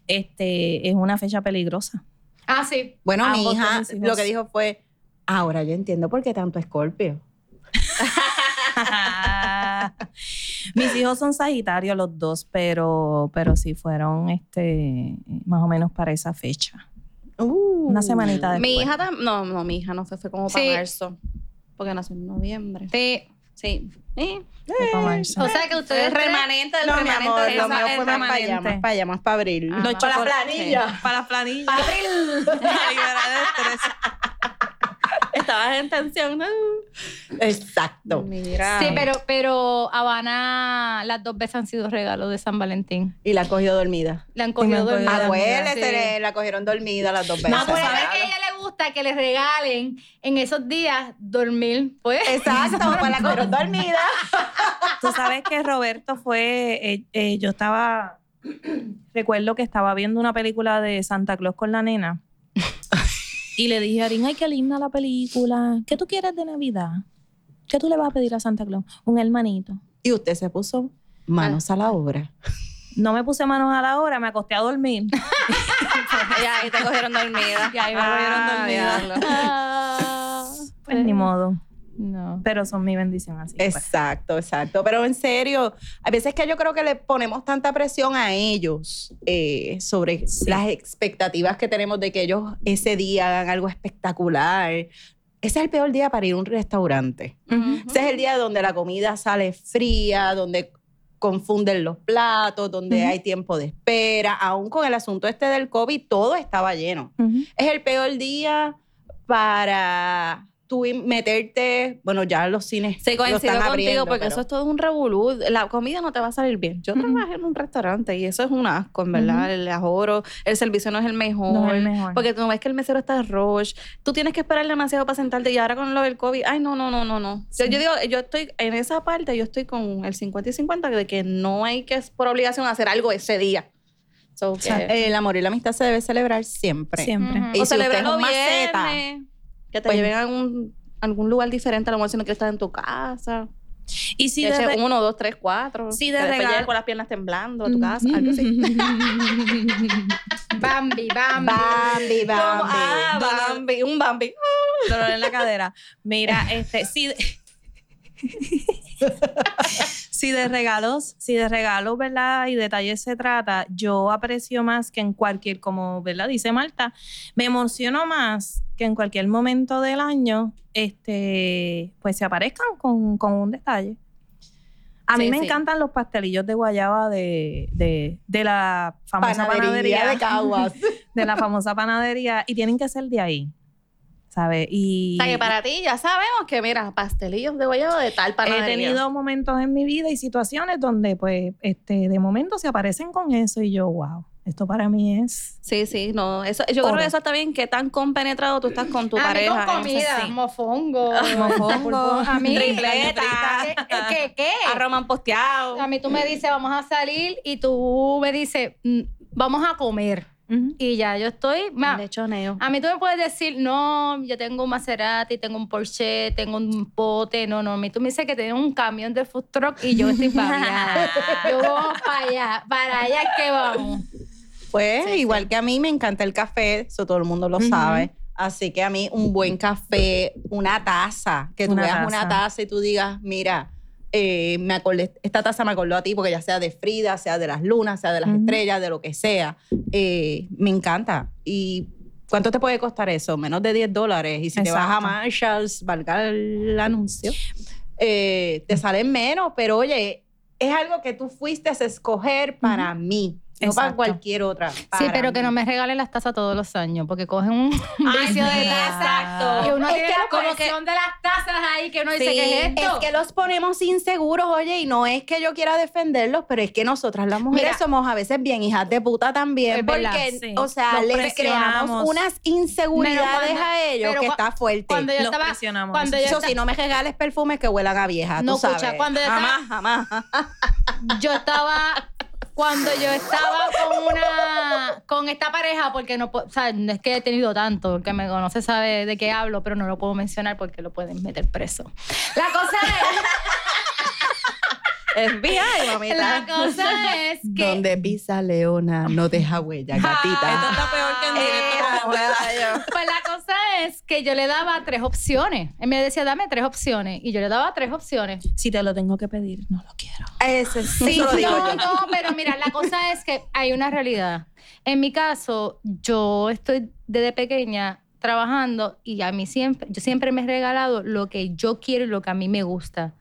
este, es una fecha peligrosa.
Ah, sí.
Bueno, mi
Ambos
hija
tienen hijos.
lo que dijo fue, ahora yo entiendo por qué tanto escorpio.
Mis hijos son sagitarios los dos, pero, pero sí fueron este, más o menos para esa fecha.
Uh.
Una
pues.
semanita después.
Mi hija tam- No, no, mi hija no fue, fue como para
Sí.
marzo. Porque nació en noviembre.
Sí.
Sí. Eh,
de tomarse.
O sea que ustedes tres-
remanente del
No, mi
remanente
amor,
de
lo
esa-
mío
el
fue más para allá,
remanente.
más para allá, más para abril.
Ah,
Los
para
chocola-
planilla.
Sí, Para la planilla. Para liberar el estrés.
Estabas en tensión. ¿no?
Exacto.
Mira.
Sí, pero, pero Habana las dos veces han sido regalos de San Valentín.
Y la cogió dormida.
La han
Sí, me
cogido
han cogido
dormida.
Abuela,
Sí.
este, la cogieron dormida las dos veces.
No, acuérdate que a ella le gusta que le regalen en esos días dormir, pues.
Exacto, pues la cogieron dormida.
Tú sabes que Roberto fue, eh, eh, yo estaba, recuerdo que estaba viendo una película de Santa Claus con la nena. Y le dije a Arin, ay, qué linda la película. ¿Qué tú quieres de Navidad? ¿Qué tú le vas a pedir a Santa Claus? Un hermanito.
Y usted se puso manos a la obra.
No me puse manos a la obra, me acosté a dormir.
Ya, ahí te cogieron dormida.
ahí me cogieron dormida.
diablo.
Ah,
Pues ni modo.
No.
Pero son mi bendición así. pues.
Exacto, exacto. Pero en serio, a veces que yo creo que le ponemos tanta presión a ellos eh, sobre las expectativas que tenemos de que ellos ese día hagan algo espectacular. Ese es el peor día para ir a un restaurante. Ese es el día donde la comida sale fría, donde confunden los platos, donde
Ujú.
hay tiempo de espera. Aún con el asunto este del COVID, todo estaba lleno.
Ujú.
Es el peor día para tú in- meterte, bueno, ya los cines.
Sí,
lo están
coincido contigo
abriendo,
porque
pero-
eso es todo un revolú. La comida no te va a salir bien. Yo
Ujú.
trabajé en un restaurante y eso es un asco, en verdad. El ajoro, el servicio no es el mejor.
No es el mejor.
Porque tú ves que el mesero está rush. Tú tienes que esperar demasiado para sentarte y ahora con lo del COVID. Ay, no, no, no, no, no. Yo, yo digo, yo estoy en esa parte, yo estoy con el 50 y 50 de que no hay que, por obligación, hacer algo ese día. So, que-
Exacto.
El amor y la amistad se debe celebrar siempre.
Siempre.
Ujú.
Y si
o
usted es
celebrarlo
un maceta,
viernes, que te
pues-
lleven a algún, algún lugar diferente, a lo mejor si no quieres estar en tu casa.
Y si
Que
de
eche
re-
uno, dos, tres, cuatro.
Sí,
que
de
después
regalo.
llegues con las piernas temblando a tu casa, algo así.
Bambi, Bambi.
Bambi, Bambi.
Como, ah, Bambi, un Bambi.
dolor en la cadera. Mira, este, si, si de regalos, si de regalos, ¿verdad? Y detalles se trata, yo aprecio más que en cualquier, como, ¿verdad? Dice Marta, me emociono más que en cualquier momento del año, este, pues se aparezcan con, con un detalle. A mí
Sí,
me
sí.
encantan los pastelillos de guayaba de, de, de la famosa
Panadería de Caguas.
de la famosa panadería y tienen que ser de ahí, ¿sabes? Y
O sea, que para ti ya sabemos que, mira, pastelillos de guayaba de tal para
he tenido momentos en mi vida y situaciones donde, pues, este, de momento se aparecen con eso y yo, wow, esto para mí es.
Sí, sí, no. Eso, yo
Oro.
creo que eso está bien, que tan compenetrado tú estás con tu
a mí
pareja.
con comida,
sí. Ah,
mofongo,
Mofongo,
a mí
tripleta.
¿Qué, qué, qué?
A Roman posteado.
A mí tú me dices vamos a salir y tú me dices "Mm, vamos a comer
Ujú.
y ya yo estoy. ma-
Lechoneo.
a mí tú me puedes decir no, yo tengo un Maserati, tengo un Porsche, tengo un bote, no, no. A mí tú me dices que tienes un camión de food truck y yo estoy babiada. yo vamos para allá, para allá es que vamos.
Pues igual que a mí me encanta el café, eso todo el mundo lo
Ujú.
sabe. Así que a mí un buen café, una taza, que tú
Una
veas
taza.
una taza y tú digas, mira, eh, me acordé, esta taza me acordó a ti, porque ya sea de Frida, sea de las lunas, sea de las
Ujú.
estrellas, de lo que sea, eh, me encanta. ¿Y cuánto te puede costar eso? Menos de 10 dólares. Y si te vas a
Exacto.
Marshalls, valga el anuncio, eh, te salen menos, pero oye, es algo que tú fuiste a escoger para mí, no para
Exacto.
cualquier otra.
Sí,
para
pero que
mí.
no me regalen las tazas todos los años, porque cogen un vicio de tazas.
exacto.
Que uno
Es
tiene
que
la
como
colección de las tazas ahí, que uno dice,
Sí,
¿qué es
Es
esto?
que los ponemos inseguros, oye, y no es que yo quiera defenderlos, pero es que nosotras las mujeres
Mira.
somos a veces bien hijas de puta también,
Es
porque,
verdad,
sí.
o sea,
Los
les creamos
presionamos.
unas inseguridades
Pero cuando-
a ellos
pero
que
cua-
está fuerte.
cuando yo
Los
estaba...
presionamos.
cuando yo,
Eso
esta-
sí, no me regales perfumes que huelan a vieja,
No,
tú sabes.
escucha, cuando yo estaba-
jamás, jamás.
yo estaba... Cuando yo estaba con una... Con esta pareja, porque no... po- O sea, no es que he tenido tanto. El que me conoce sabe de qué hablo, pero no lo puedo mencionar porque lo pueden meter preso. La cosa es...
Es bien, mamita.
la cosa es que...
Donde pisa leona no deja huella,
Ah, Esto
gatita.
está peor que en
Eh,
directo. como pueda.
Pues la cosa es que yo le daba tres opciones. Él me decía, dame tres opciones. Y yo le daba tres opciones.
Si te lo tengo que pedir, no lo quiero.
Ese sí,
Sí,
lo digo
no,
yo.
no, pero mira, la cosa es que hay una realidad. En mi caso, yo estoy desde pequeña trabajando y a mí siempre, yo siempre me he regalado lo que yo quiero y lo que a mí me gusta.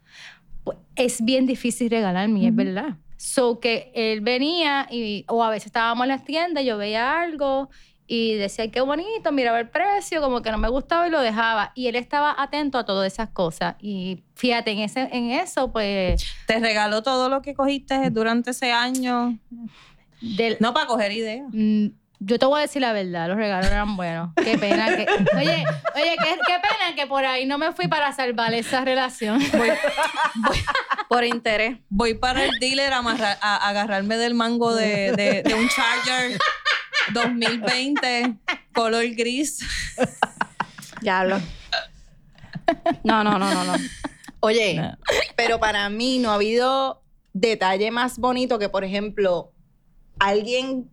pues, es bien difícil regalarme, es
Ujú.
verdad. So que él venía y, o a veces estábamos en las tiendas, yo veía algo y decía, "Ay, qué bonito, miraba el precio, como que no me gustaba y lo dejaba. Y él estaba atento a todas esas cosas. Y fíjate, en, ese, en eso, pues,
¿Te regaló todo lo que cogiste durante ese año?
del,
No para coger ideas.
Mm, Yo te voy a decir la verdad, los regalos eran buenos. Qué pena que. Oye, oye, qué, qué pena que por ahí no me fui para salvar esa relación.
Por interés.
Voy para el dealer a, amarrar- a- a agarrarme del mango de, de- de un Charger 2020, color gris.
Ya hablo. No, no, no, no, no.
Oye,
No.
pero para mí no ha habido detalle más bonito que, por ejemplo, alguien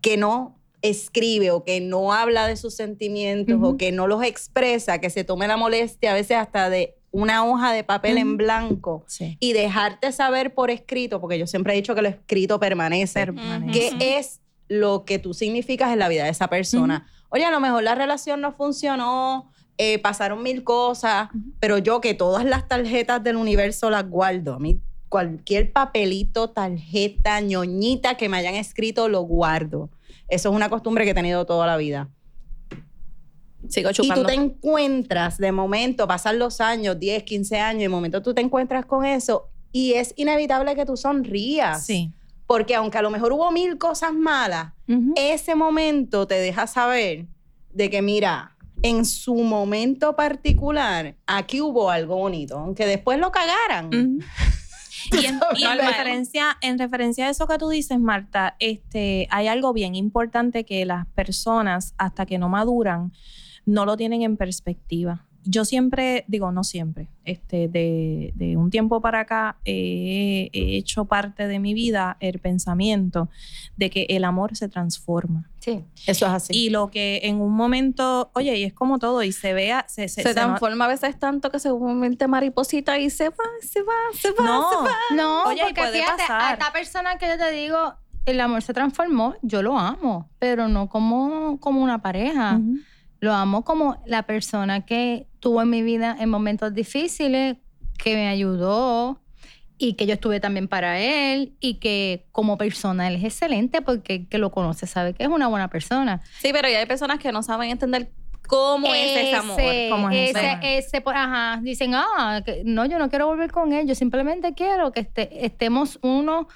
que no escribe o que no habla de sus sentimientos o
Ujú.
que no los expresa, que se tome la molestia a veces hasta de una hoja de papel en blanco
Sí.
y dejarte saber por escrito, porque yo siempre he dicho que lo escrito permanece. ¿Qué
Ujú.
es lo que tú significas en la vida de esa persona? Oye, a lo mejor la relación no funcionó, eh, pasaron mil cosas, pero yo que todas las tarjetas del universo las guardo. A mí cualquier papelito, tarjeta, ñoñita que me hayan escrito, lo guardo. Eso es una costumbre que he tenido toda la vida.
Sigo
Y
chupando.
tú te encuentras de momento, pasan los años, 10, 15 años, y de momento tú te encuentras con eso y es inevitable que tú sonrías.
Sí.
Porque aunque a lo mejor hubo mil cosas malas, ese momento te deja saber de que, mira, en su momento particular, aquí hubo algo bonito, aunque después lo cagaran.
Mm.
Ujú. Y, en, y en
Normal.
referencia, en referencia a eso que tú dices, Marta, este, hay algo bien importante que las personas, hasta que no maduran, no lo tienen en perspectiva. Yo siempre, digo, no siempre, este, de, de un tiempo para acá eh, he hecho parte de mi vida el pensamiento de que el amor se transforma.
Sí.
Eso es así.
Y lo que en un momento, oye, y es como todo, y se vea, se, se,
se,
se no-
transforma a veces tanto que se convierte en mariposita y se va, se va, se va.
no,
No,
Oye, y
porque
puede
fíjate, a
pasar.
esta persona que yo te digo, el amor se transformó, yo lo amo, pero no como, como una pareja.
Ujú.
Lo amo como la persona que tuvo en mi vida en momentos difíciles, que me ayudó y que yo estuve también para él y que como persona él es excelente porque el que lo conoce sabe que es una buena persona.
Sí, pero ya hay personas que no saben entender cómo es ese amor.
¿Cómo es ese
ese,
amor?
ese, pues, ajá, dicen, ah, que- no, yo no quiero volver con él, yo simplemente quiero que este- estemos uno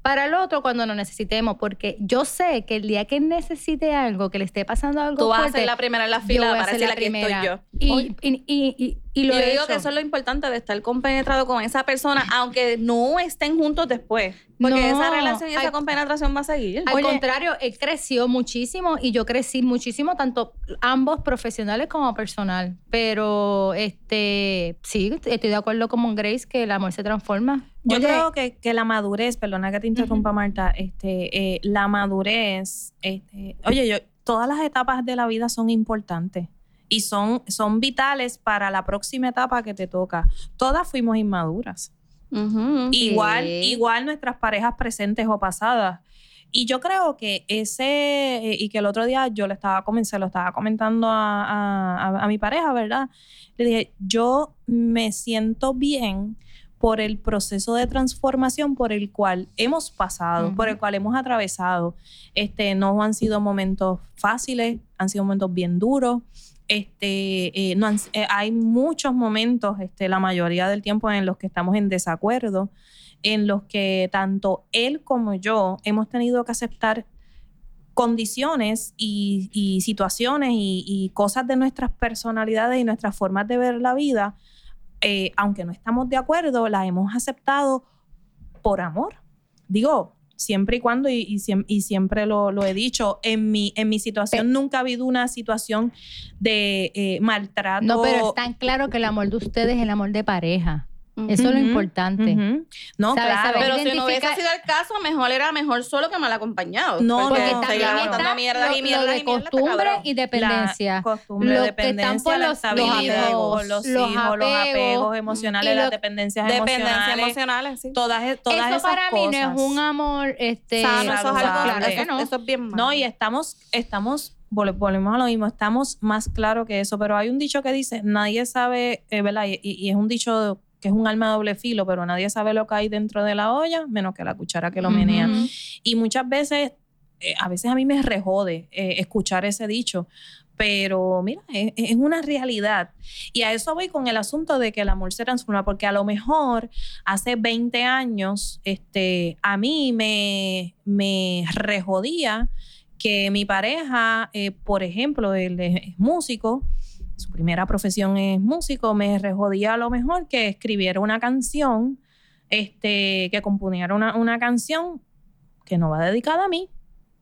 para el otro cuando lo necesitemos, porque yo sé que el día que él necesite algo, que le esté pasando algo
Tú vas a
fuerte,
ser la primera en la
yo
fila
voy a ser
para decir
la
aquí
primera".
estoy yo.
Y, y, y, y- y lo
y yo
he
digo
hecho.
que eso es lo importante de estar compenetrado con esa persona, aunque no estén juntos después. Porque
No,
esa relación y esa
al-
compenetración va a seguir.
Al contrario, él creció muchísimo y yo crecí muchísimo, tanto ambos profesionales como personal. Pero este sí, estoy de acuerdo con Grace que el amor se transforma.
Yo
Oye.
creo que, que la madurez, perdona que te interrumpa Marta, este, eh, la madurez, este, oye, yo, todas las etapas de la vida son importantes y son, son vitales para la próxima etapa que te toca. Todas fuimos inmaduras.
Ujú.
Igual,
Sí.
igual nuestras parejas presentes o pasadas. Y yo creo que ese, eh, y que el otro día yo le estaba, comen- se lo estaba comentando a, a- a- a mi pareja, ¿verdad? Le dije, yo me siento bien por el proceso de transformación por el cual hemos pasado,
Ujú.
por el cual hemos atravesado. Este, no han sido momentos fáciles, han sido momentos bien duros. Este, eh, no han- eh, hay muchos momentos, este, la mayoría del tiempo, en los que estamos en desacuerdo, en los que tanto él como yo hemos tenido que aceptar condiciones y, y situaciones y, y cosas de nuestras personalidades y nuestras formas de ver la vida, eh, aunque no estamos de acuerdo, las hemos aceptado por amor. Digo, siempre y cuando, y, y siem- y siempre lo, lo he dicho, en mi, en mi situación nunca ha habido una situación de eh, maltrato.
No, pero es tan claro que el amor de ustedes es el amor de pareja.
Ujú.
Eso es lo
Ujú,
importante.
Ujú. No,
Sabe,
claro.
sabe.
Pero si no hubiese
identifica-
sido el caso, mejor era mejor solo que mal acompañado.
No,
Porque
no.
también
seguía
claro.
botando
está
mierdas
lo,
y
lo
mierdas
de
y mierdas,
costumbre
cabrón.
y dependencia.
La costumbre,
Lo que
dependencia,
están por
la
los- los
estabilidad,
apegos,
los,
los
hijos, los apegos
apegos,
emocionales,
y lo-
las dependencias
Dependencia
emocionales,
emocional, sí.
todas, e- todas
eso
esas
para mí no
cosas.
es un amor este,
Sano, eso es algo-
Claro
saludable.
que
eso-
no.
Eso es bien malo.
No, y estamos, estamos, vol- volvemos a lo mismo, estamos más claro que eso, pero hay un dicho que dice, nadie sabe, eh, ¿verdad? Y, y- y es un dicho que es un alma de doble filo, pero nadie sabe lo que hay dentro de la olla, menos que la cuchara que lo menea.
Ujú.
Y muchas veces, eh, a veces a mí me rejode eh, escuchar ese dicho, pero mira, es, es una realidad. Y a eso voy con el asunto de que el amor se transforma, porque a lo mejor hace 20 años este, a mí me, me rejodía que mi pareja, eh, por ejemplo, él es, es músico, su primera profesión es músico, me rejodía a lo mejor que escribiera una canción, este, que componiera una, una canción que no va dedicada a mí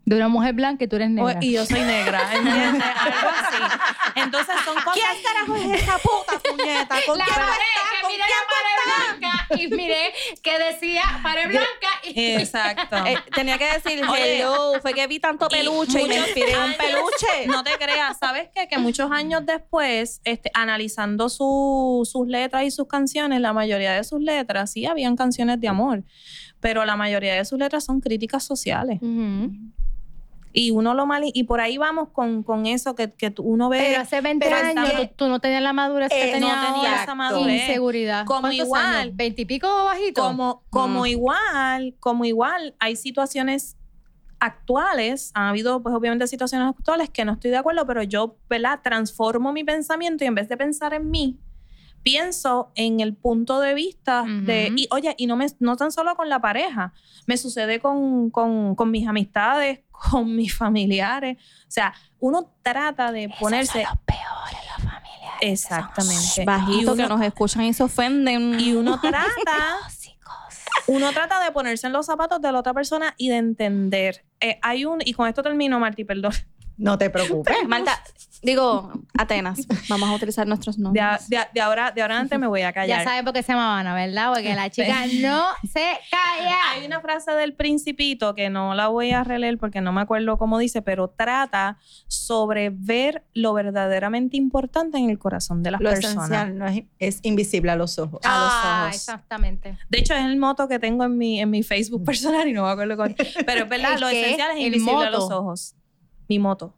De una mujer blanca y tú eres
o-
negra.
y yo soy negra, ¿entiendes? algo así. Entonces son cosas...
carajo es esa puta puñeta? ¿Con quién tú estás? ¿Con quién tú
blanca y miré que decía pared blanca
Exacto.
Eh, tenía que decir
Oye.
hello, fue que vi tanto peluche y me
muchos
inspiré en un
años-
peluche.
No te creas, ¿sabes qué? Que muchos años después, este, analizando su- sus letras y sus canciones, la mayoría de sus letras, sí habían canciones de amor, pero la mayoría de sus letras son críticas sociales. Y uno lo mal... Y por ahí vamos con, con eso que, que tú- uno ve...
Pero hace 20
pero
años
estaba-
tú, tú no tenías la madurez que
Eh,
tenías
no tenía
ahora.
esa
Con
madurez.
inseguridad.
Como
¿Cuántos
igual.
años? ¿Veintipico o bajito?
Como, como
Mm.
igual, como igual, hay situaciones actuales, han habido pues obviamente situaciones actuales que no estoy de acuerdo, pero yo, ¿verdad? Transformo mi pensamiento y en vez de pensar en mí, pienso en el punto de vista de,
Ujú.
y oye, y no, me, no tan solo con la pareja, me sucede con, con, con mis amistades, con mis familiares, o sea, uno trata de ponerse... Exactamente. Y
Bajito que
uno-
nos escuchan y se ofenden.
y uno trata uno trata de ponerse en los zapatos de la otra persona y de entender Eh, hay un y con esto termino Marti perdón
No te preocupes.
Eh, Marta, digo, Atenas, vamos a utilizar nuestros
de,
nombres.
a- de a- de ahora de ahora en adelante me voy a
Ya
callar
saben por qué se llamaban, ¿verdad? Porque la chica no se calla.
hay una frase del principito que no la voy a releer porque no me acuerdo cómo dice pero trata sobre ver lo verdaderamente importante en el corazón de las
Lo
personas
esencial no es, es invisible a los ojos.
A los
Ah,
ojos.
exactamente.
de hecho es el moto que tengo en mi en mi Facebook personal y no me acuerdo cuál pero es verdad
¿El
lo
qué?
esencial es
¿El
invisible a los
moto?
ojos mi moto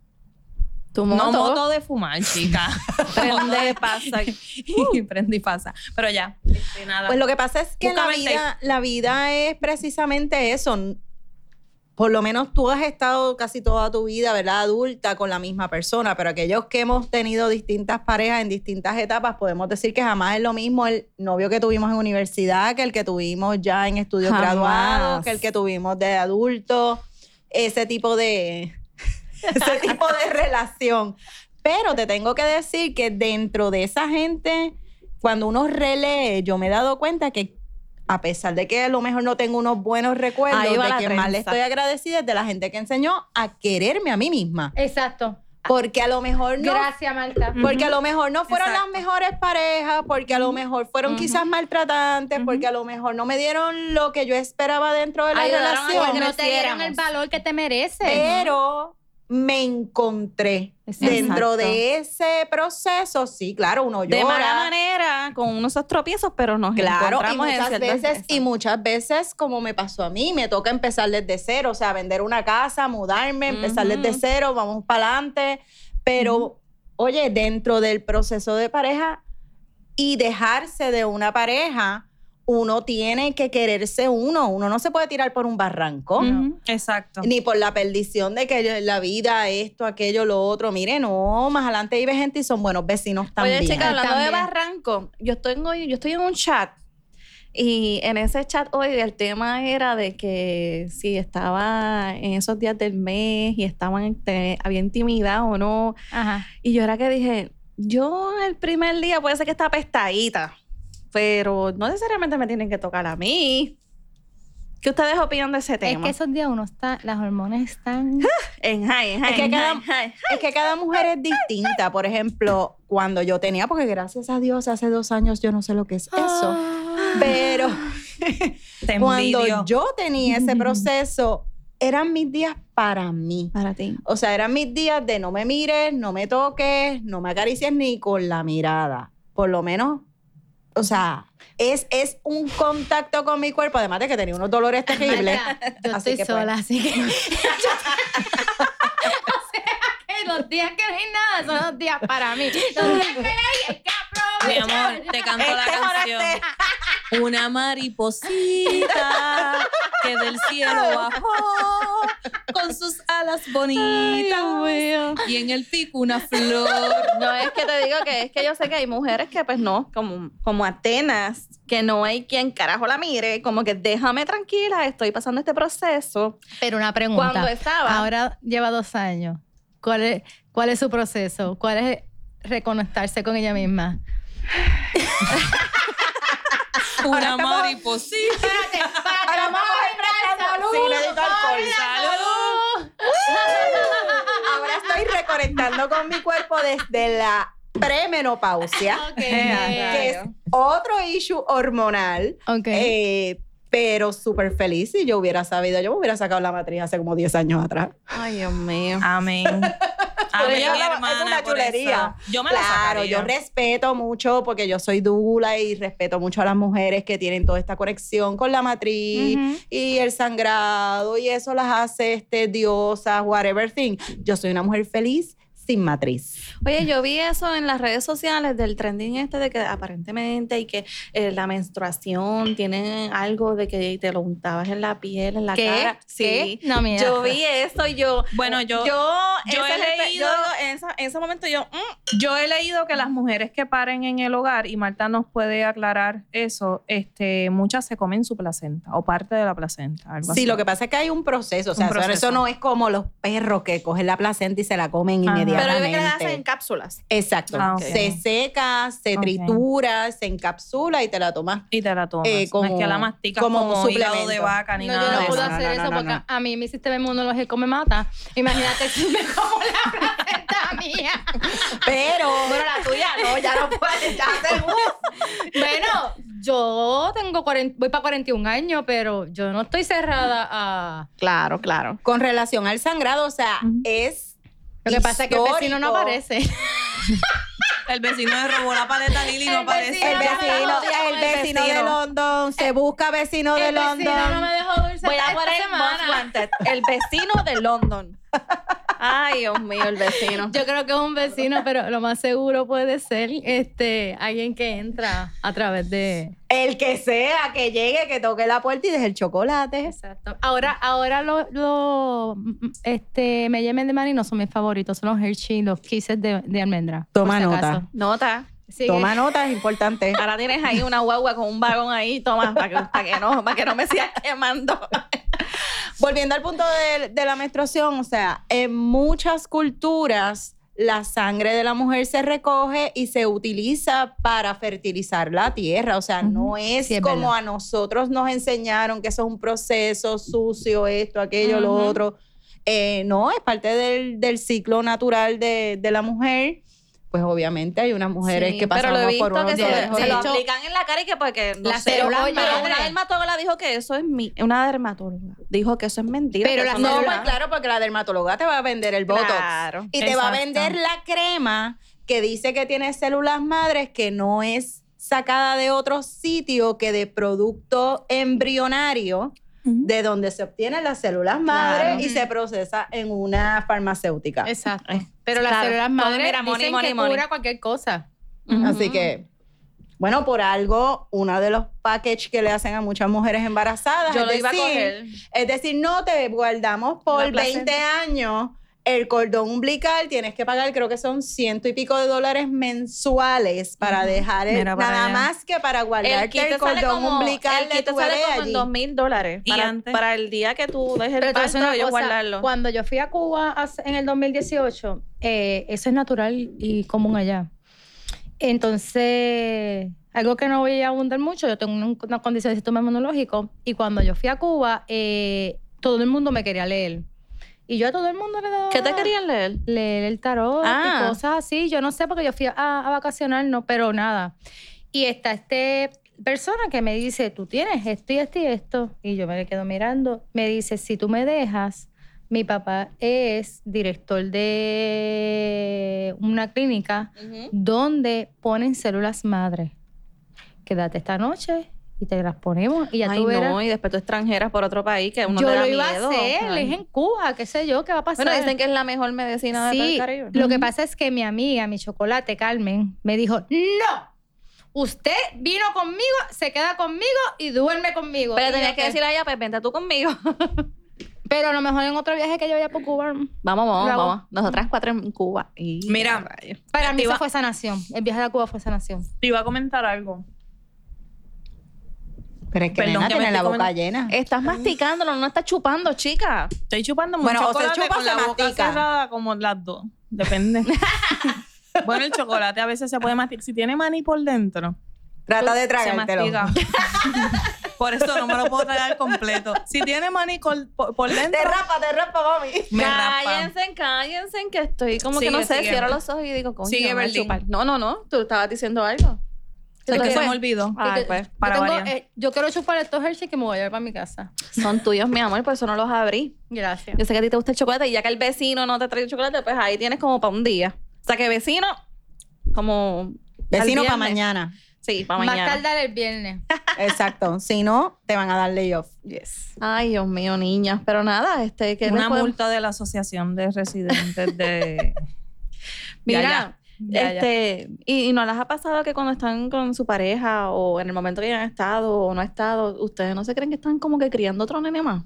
tu
No
moto.
moto de fumar, chica. prende, pasa. y
Uh.
prende y pasa. Pero ya, este, nada.
Pues lo que pasa es que la
Búscame el
vida, la vida es precisamente eso. Por lo menos tú has estado casi toda tu vida, ¿verdad? Adulta con la misma persona, pero aquellos que hemos tenido distintas parejas en distintas etapas, podemos decir que jamás es lo mismo el novio que tuvimos en universidad que el que tuvimos ya en estudios
Jamás.
graduados, que el que tuvimos de adulto, ese tipo de, ese tipo de relación. Pero te tengo que decir que dentro de esa gente, cuando uno relee, yo me he dado cuenta que a pesar de que a lo mejor no tengo unos buenos recuerdos,
Ahí
de
va la
quien más le
trenza.
estoy agradecida es de la gente que enseñó a quererme a mí misma.
Exacto.
Porque a lo mejor no
Gracias, Marta.
porque a lo mejor no fueron
Exacto.
las mejores parejas, porque a lo mejor fueron
Ujú.
quizás maltratantes, porque a lo mejor no me dieron lo que yo esperaba dentro de la
Ayudaron a que
relación,
no te dieron el valor que te mereces.
pero me encontré
Exacto.
dentro de ese proceso. Sí, claro, uno llora.
De mala manera, con unos tropiezos, pero nos
Claro, y
encontramos en
muchas
ciertas-
veces, y muchas veces, como me pasó a mí, me toca empezar desde cero, o sea, vender una casa, mudarme, empezar
Ujú.
desde cero, vamos para adelante. Pero, oye, dentro del proceso de pareja y dejarse de una pareja, uno tiene que quererse uno. Uno no se puede tirar por un barranco.
Ujú, Exacto.
Ni por la perdición de que la vida, esto, aquello, lo otro. Mire, no, más adelante vive gente y son buenos vecinos también.
Oye, chica, hablando de
También.
barranco, yo estoy, en, hoy- yo estoy en un chat y en ese chat hoy el tema era de que si estaba en esos días del mes y estaban, te- había intimidad o no.
Ajá.
Y yo era que dije, yo el primer día puede ser que está apestadita, pero no necesariamente me tienen que tocar a mí. ¿Qué ustedes opinan de ese
Es
tema?
que esos días uno está, las hormonas están.
en high, en high,
Es que
en
cada-
high, en high.
Es que cada mujer es distinta. Por ejemplo, cuando yo tenía, porque gracias a Dios hace dos años yo no sé lo que es eso, pero
Te envidio.
cuando yo tenía ese proceso, eran mis días para mí.
Para ti.
O sea, eran mis días de no me mires, no me toques, no me acaricies ni con la mirada. Por lo menos, o sea, es, es un contacto con mi cuerpo, además de que tenía unos dolores terribles.
Marta, yo
Así
estoy
que, pues.
sola, así que. o sea que los días que no hay nada son los días para mí. Los días que hay, hay que
Mi
aprovechar.
amor, te canto la
Este es
canción. una mariposita que del cielo bajó con sus alas bonitas y en el pico una flor.
No, es que te digo que es que yo sé que hay mujeres que pues no, como, como Atenas, que no hay quien carajo la mire, como que déjame tranquila, estoy pasando este proceso.
Pero una pregunta.
Cuando estaba,
Ahora lleva dos años. ¿Cuál es, cuál es su proceso? ¿Cuál es reconectarse con ella misma?
Una mariposita.
Ahora estoy reconectando con mi cuerpo desde la premenopausia, que es otro issue hormonal.
Ok.
Eh, pero súper feliz. Si yo hubiera sabido, yo me hubiera sacado la matriz hace como 10 años atrás.
ay Dios mío.
Amén. Amén,
ella hablaba,
hermana.
es una
por eso.
chulería.
Yo me la
Claro,
sacaría.
yo respeto mucho porque yo soy dula y respeto mucho a las mujeres que tienen toda esta conexión con la matriz y el sangrado y eso las hace este, diosas, whatever thing. Yo soy una mujer feliz sin matriz.
Oye, yo vi eso en las redes sociales del trending este de que aparentemente y que eh, la menstruación tiene algo de que te lo untabas en la piel, en la
¿Qué?
cara. Sí.
¿Qué? No, mira. pues.
Yo vi eso y yo.
Bueno, yo-
Yo,
yo he
ese es el pe- yo
leído-
digo, en, esa- en ese momento yo. mm,
Yo he leído que las mujeres que paren en el hogar, y Marta nos puede aclarar eso, este, muchas se comen su placenta o parte de la placenta. Algo
Sí,
así.
lo que pasa es que hay un proceso. O sea,
Un
eso-
proceso.
eso no es como los perros que cogen la placenta y se la comen
Ajá. Pero yo
pero yo vi
inmediatamente.
que las hacen en cápsulas.
Exacto.
Ah, ok.
Se seca, se
Ok.
tritura, se encapsula y te la tomas.
Y te la tomas.
Eh,
no
como-
es que la masticas como,
como un
hígado de
suplemento.
vaca ni
No,
nada.
yo no
de
puedo
eso.
no,
hacer
no,
eso
no,
porque
no.
a mí mi sistema inmunológico me mata. Imagínate si me como la placenta mía.
Pero
Bueno, la tuya no, ya no puedes, ya te Bueno, yo tengo 40, voy para 41 años, pero yo no estoy cerrada a...
Claro, claro.
con relación al sangrado, o sea,
Ujú.
es.
Lo que pasa es que el vecino no
histórico.
aparece.
El vecino le robó la paleta a Lili y no
El
aparece.
vecino
El vecino, el vecino de London, se busca vecino de
el vecino no
London.
me dejó dulce
Voy a
esta
poner
semana.
Most Wanted, el vecino de London. Ay, Dios mío, el vecino.
Yo creo que es un vecino, pero lo más seguro puede ser este alguien que entra a través de.
El que sea, que llegue, que toque la puerta y deje el chocolate.
Exacto. Ahora, ahora los lo, mm, este me llamen de maní no son mis favoritos, son los Hershey, los kisses de, de almendra. por
Toma
si
nota.
acaso.
Nota.
Sigue.
Toma nota, es importante.
Ahora tienes ahí una guagua con un vagón ahí, toma, para que, para que no, para que no me sigas quemando.
Volviendo al punto de, de la menstruación, o sea, en muchas culturas la sangre de la mujer se recoge y se utiliza para fertilizar la tierra. O sea, no es,
Sí, es
como
verdad.
a nosotros nos enseñaron que eso es un proceso sucio, esto, aquello, lo
Ujú.
otro. Eh, no, es parte del, del ciclo natural de, de la mujer. Pues obviamente hay unas mujeres
Sí,
que
pero
pasamos
lo he visto
por unos
que se,
dolores
lo- se lo
horribles.
aplican en la cara y que porque no
Las
sé,
células
pero
madre.
una dermatóloga dijo que eso es mi, una dermatóloga dijo que eso es mentira.
Pero
que
las
eso
No,
es
células-
pues
verdad.
claro, porque la dermatóloga te va a vender el botox.
Claro.
Y te va a
Exacto.
vender la crema que dice que tiene células madres que no es sacada de otro sitio que de producto embrionario de donde se obtienen las células madres y se procesa en una farmacéutica.
Exacto.
Eh,
Pero las
Claro.
células madres
Mira, money,
dicen
money,
que
money.
cura cualquier cosa.
Así que, bueno, por algo, uno de los packages que le hacen a muchas mujeres embarazadas
Yo
es
lo iba a
decir,
coger.
Es decir, no te guardamos
La
por
placenta.
20 años el cordón umbilical, tienes que pagar, creo que son ciento y pico de dólares mensuales para dejar el,
Mira para
nada
allá.
más que para
El
guardarte
kit
el,
te sale
cordón
como,
umbilical
el
de
kit te
tu
sale
bebé
como en
allí.
dos mil dólares
¿Y
para,
antes?
para el día que tú dejes
Pero
el
te voy a decir
parto
una
yo
cosa,
guardarlo.
Cuando yo fui a Cuba hace- en el 2018, eh, eso es natural y común allá. Entonces, algo que no voy a abundar mucho, yo tengo un- una condición de sistema inmunológico y cuando yo fui a Cuba, eh, todo el mundo me quería leer. Y yo a todo el mundo le daba...
¿Qué te querían leer?
Leer el tarot
Ah.
y cosas así. Yo no sé porque yo fui a, a vacacionar, no, pero nada. Y está este persona que me dice, tú tienes esto y esto y esto. Y yo me le quedo mirando. Me dice, si tú me dejas, mi papá es director de una clínica donde ponen células madre. Quédate esta noche y te las ponemos y ya
Ay,
tú verás.
no, y después tú extranjeras por otro país que uno
yo
te da
lo iba
miedo.
a hacer,
Ay.
le dije en Cuba, qué sé yo, qué va a pasar.
Bueno, dicen que es la mejor medicina de
Sí,
todo el Caribe.
lo que pasa es que mi amiga, mi chocolate, Carmen, me dijo, no, Usted vino conmigo, se queda conmigo y duerme conmigo.
Pero
Y
tenías
yo, eh,
que
"Ok".
decir a ella, pues vente tú conmigo.
Pero a lo mejor en otro viaje que yo vaya por Cuba.
Vamos, vamos,
Lo hago.
vamos. Nosotras cuatro en Cuba. Y-
Mira,
Para mí
Te
esa
iba-
fue sanación. El viaje a Cuba fue sanación.
te iba a comentar algo.
Pero es que
Perdón,
nena
que me
tiene la
estoy
boca llena.
Estás masticándolo, no estás chupando, chica.
Estoy chupando mucho
Bueno, o se
chocolate
chupa o
con
se
la boca
mastica.
cerrada como las dos. Depende. bueno, el chocolate a veces se puede masticar. Si tiene maní por dentro,
Trata de
se
tragártelo.
mastica. por eso no me lo puedo tragar completo. Si tiene maní col- por, por dentro,
Te rapa, te rapa, mami.
me rapa.
cállense, cállense, que estoy como que
Sigue,
no sé,
sigue.
cierro los ojos y digo, coño,
Sigue,
me voy a
Berlín.
chupar. No, no, no, tú estabas diciendo algo.
Es que
Entonces, ah,
se me olvidó.
Ay,
yo-
pues,
para
yo,
variar.
eh, yo quiero chupar estos Hershey que me voy a llevar para mi casa.
Son tuyos, mi amor, por eso no los abrí.
Gracias.
Yo sé que a ti te gusta el chocolate y ya que el vecino no te trae el chocolate, pues ahí tienes como para un día. O sea que vecino, como.
Vecino
al
para
viernes.
mañana.
Sí, para
Más
mañana.
tardar el viernes.
Exacto. Si no, te van a dar layoff.
Yes.
Ay, Dios mío, niñas. Pero nada, este, que
Una
no podemos-
multa de la Asociación de Residentes de...
Mira,
Ya, ya.
este, Y, y no les ha pasado que cuando están con su pareja o en el momento que han estado o no han estado, ustedes no se creen que están como que criando otro nene más.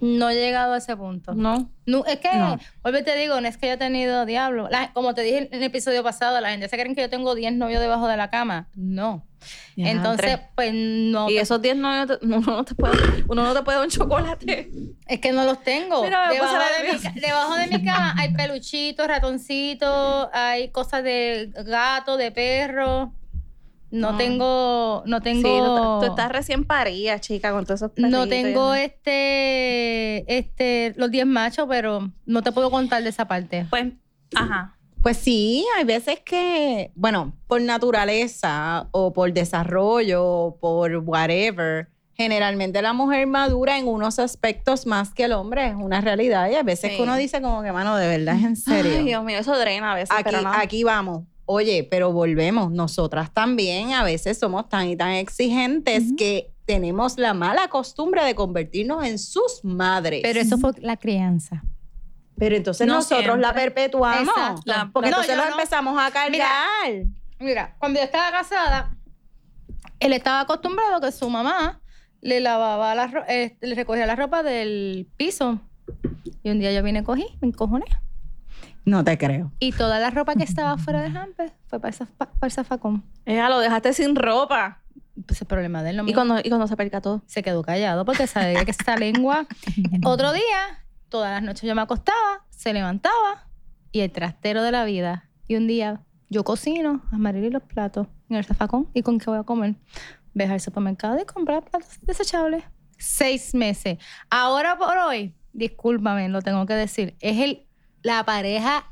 No he llegado a ese punto.
No.
No, es que,
No.
vuelvo y te digo, no es que yo he tenido diablo. La- como te dije en el episodio pasado, la gente se creen que yo tengo 10 novios debajo de la cama. No.
Ya,
Entonces,
tres.
pues no.
Y esos 10 no, uno, no te puede, uno no te puede dar un chocolate.
Es que no los tengo.
Mira, me
debajo,
puse
de mi,
nerviosa.
ca- debajo de mi cama hay peluchitos, ratoncitos, hay cosas de gato, de perro. No,
No.
tengo, no
Sí,
tengo.
tú, tú estás recién parida, chica, con todos esos
No
perritos y
tengo
demás.
este, este, los 10 machos, pero no te puedo contar de esa parte.
Pues, ajá.
Pues sí, hay veces que, bueno, por naturaleza o por desarrollo o por whatever, generalmente la mujer madura en unos aspectos más que el hombre, es una realidad. Y a veces
Sí.
que uno dice como que, mano, de verdad, es en
Ay,
serio.
Dios mío, eso drena a veces.
aquí,
pero no.
aquí vamos. Oye, pero volvemos. Nosotras también a veces somos tan y tan exigentes que tenemos la mala costumbre de convertirnos en sus madres.
Pero eso fue la crianza.
Pero entonces
No
nosotros la
siempre.
perpetuamos.
Exacto.
La-
Porque
No,
entonces
yo
nos
no.
empezamos a cargar.
Mira, Mira, cuando yo estaba casada, él estaba acostumbrado que su mamá le lavaba la ro- eh, le recogía la ropa del piso. Y un día yo vine, cogí, me encojoné.
No te creo.
Y toda la ropa que estaba fuera de Hamper fue para, el zaf- para el zafacón.
Ella lo dejaste sin ropa.
Pues el problema de él no
Y
mío.
cuando, y cuando se percató.
se quedó callado porque sabía que esta lengua. Otro día, todas las noches yo me acostaba, se levantaba y el trastero de la vida. Y un día yo cocino, amarillo los platos en el zafacón y con qué voy a comer. Ves al supermercado y comprar platos desechables. Seis meses. Ahora por hoy, discúlpame, lo tengo que decir, es el, la pareja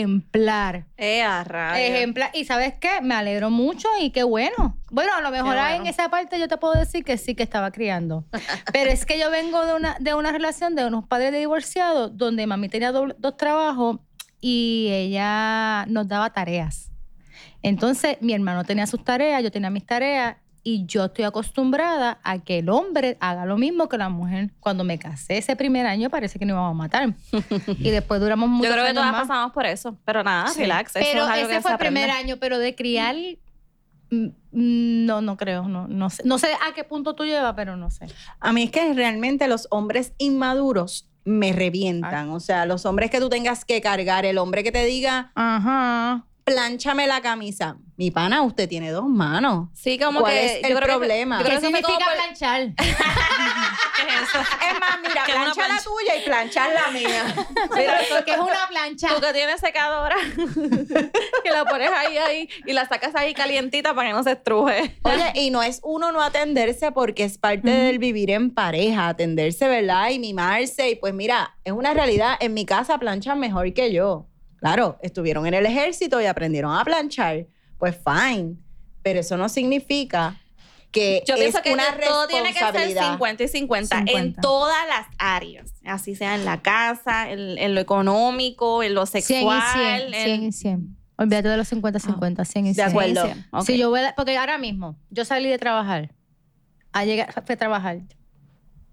ejemplar.
Eh, a rayos.
Ejemplar. Y sabes qué, me alegro mucho y qué bueno. Bueno, a lo mejor
Qué
ahí
bueno.
en esa parte yo te puedo decir que sí que estaba criando. Pero es que yo vengo de una, de una relación de unos padres de divorciados donde mami tenía doble- dos trabajos y ella nos daba tareas. Entonces, mi hermano tenía sus tareas, yo tenía mis tareas y yo estoy acostumbrada a que el hombre haga lo mismo que la mujer. Cuando me casé ese primer año parece que nos íbamos a matar. y después duramos mucho
Yo creo que todas
más.
pasamos por eso. Pero nada,
Sí.
relax. Eso
Pero
es algo
ese
que
fue
se
el
aprende.
primer año, pero de criar, mm, no, no creo, no, no sé. No sé a qué punto tú llevas, pero no sé.
A mí es que realmente los hombres inmaduros me revientan. O sea, los hombres que tú tengas que cargar, el hombre que te diga,
Ajá.
planchame la camisa. Mi pana, usted tiene dos manos.
Sí, como
¿Cuál
que.
es
yo
el
creo que-
problema?
yo
¿Qué
creo que fue
significa
como por-
planchar?
Es más, mira,
Que una
plancha la
plancha.
tuya y planchar la mía.
Mira,
¿Qué es una plancha?
Tú que tienes secadora, que la pones ahí, ahí, y la sacas ahí calientita para que no se estruje.
Oye, y no es uno no atenderse porque es parte del vivir en pareja, atenderse, ¿verdad? Y mimarse. Y pues mira, es una realidad. En mi casa planchan mejor que yo. Claro, estuvieron en el ejército y aprendieron a planchar. Pues fine. Pero eso no significa que
Yo
es
pienso que
una
todo tiene que ser
responsabilidad.
50 y 50, en
50.
todas las áreas. Así sea en la casa, en, en lo económico, en lo
100 y
sexual.
100,
en- Ah,
100 y 100. Olvídate de los 50-50, 100 y 100.
de acuerdo.
Ok.
Si yo voy a- porque ahora mismo, yo salí de trabajar. A llegar, fui a trabajar.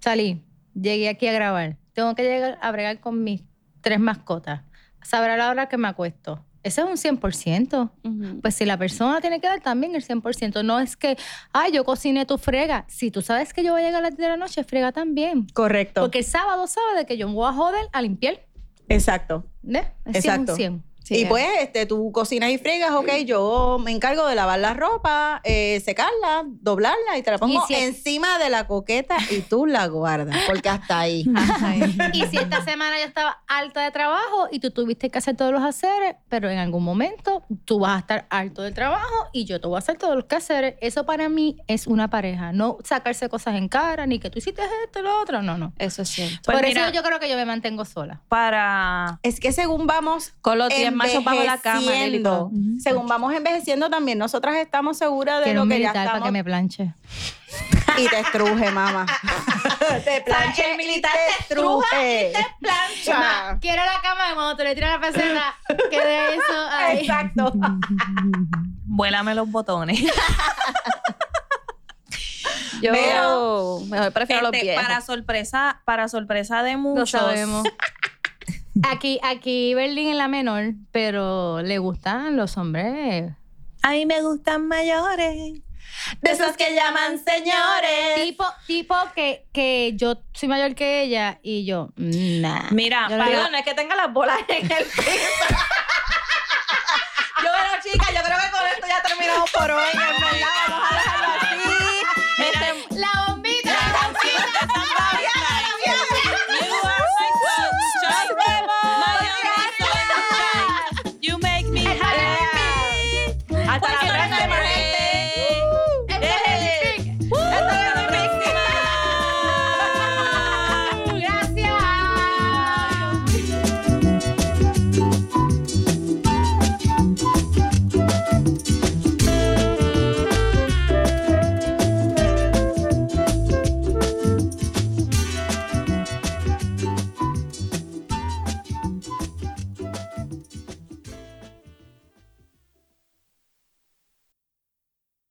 Salí, llegué aquí a grabar. Tengo que llegar a bregar con mis tres mascotas. Sabrá la hora que me acuesto. Ese es un 100%.
Ujú.
Pues si la persona tiene que dar también el 100%. No es que, ay, yo cociné tu frega. Si tú sabes que yo voy a llegar a las 10 de la noche, frega también.
Correcto.
Porque el sábado sabe de que yo me voy a joder a limpiar.
Exacto.
¿Ves? Es
Exacto.
100, 100.
Sí,
y
es.
pues, este, tú cocinas y fregas, ok, yo me encargo de lavar la ropa, eh, secarla, doblarla y te la pongo
si-
encima de la coqueta y tú la guardas, porque hasta ahí.
Y si esta semana yo estaba alta de trabajo y tú tuviste que hacer todos los haceres, pero en algún momento tú vas a estar alto del trabajo y yo te voy a hacer todos los quehaceres. Eso para mí es una pareja. No sacarse cosas en cara, ni que tú hiciste esto y lo otro. No, no.
Eso es cierto.
Pues
Por
mira,
eso yo creo que yo me mantengo sola.
para...
Es que según vamos
Con los 10 machos bajo la cama, Lili,
envejeciendo,
todo.
según vamos envejeciendo también, nosotras estamos seguras de
Quiero
lo que ya
militar para
estamos.
que me planche.
Y te estruje, mamá. te planche el militar, te estruje. plancha.
Quiero la cama de cuando te le tiras la peseta. Que de eso ahí.
Exacto.
Vuélame los botones.
Yo
Pero-
mejor prefiero los
Este,
viejos.
para sorpresa, para sorpresa de
Lo
muchos.
sabemos. Aquí, aquí Berlín es la menor, pero le gustan los hombres.
A mí me gustan mayores.
De esos que llaman señores.
Tipo, tipo que, que yo soy mayor que ella y yo, mm. nah.
Mira,
Yo le digo-
para-
no es que tenga las bolas en el piso. yo, bueno, chicas, yo creo que con esto ya terminamos por hoy. este,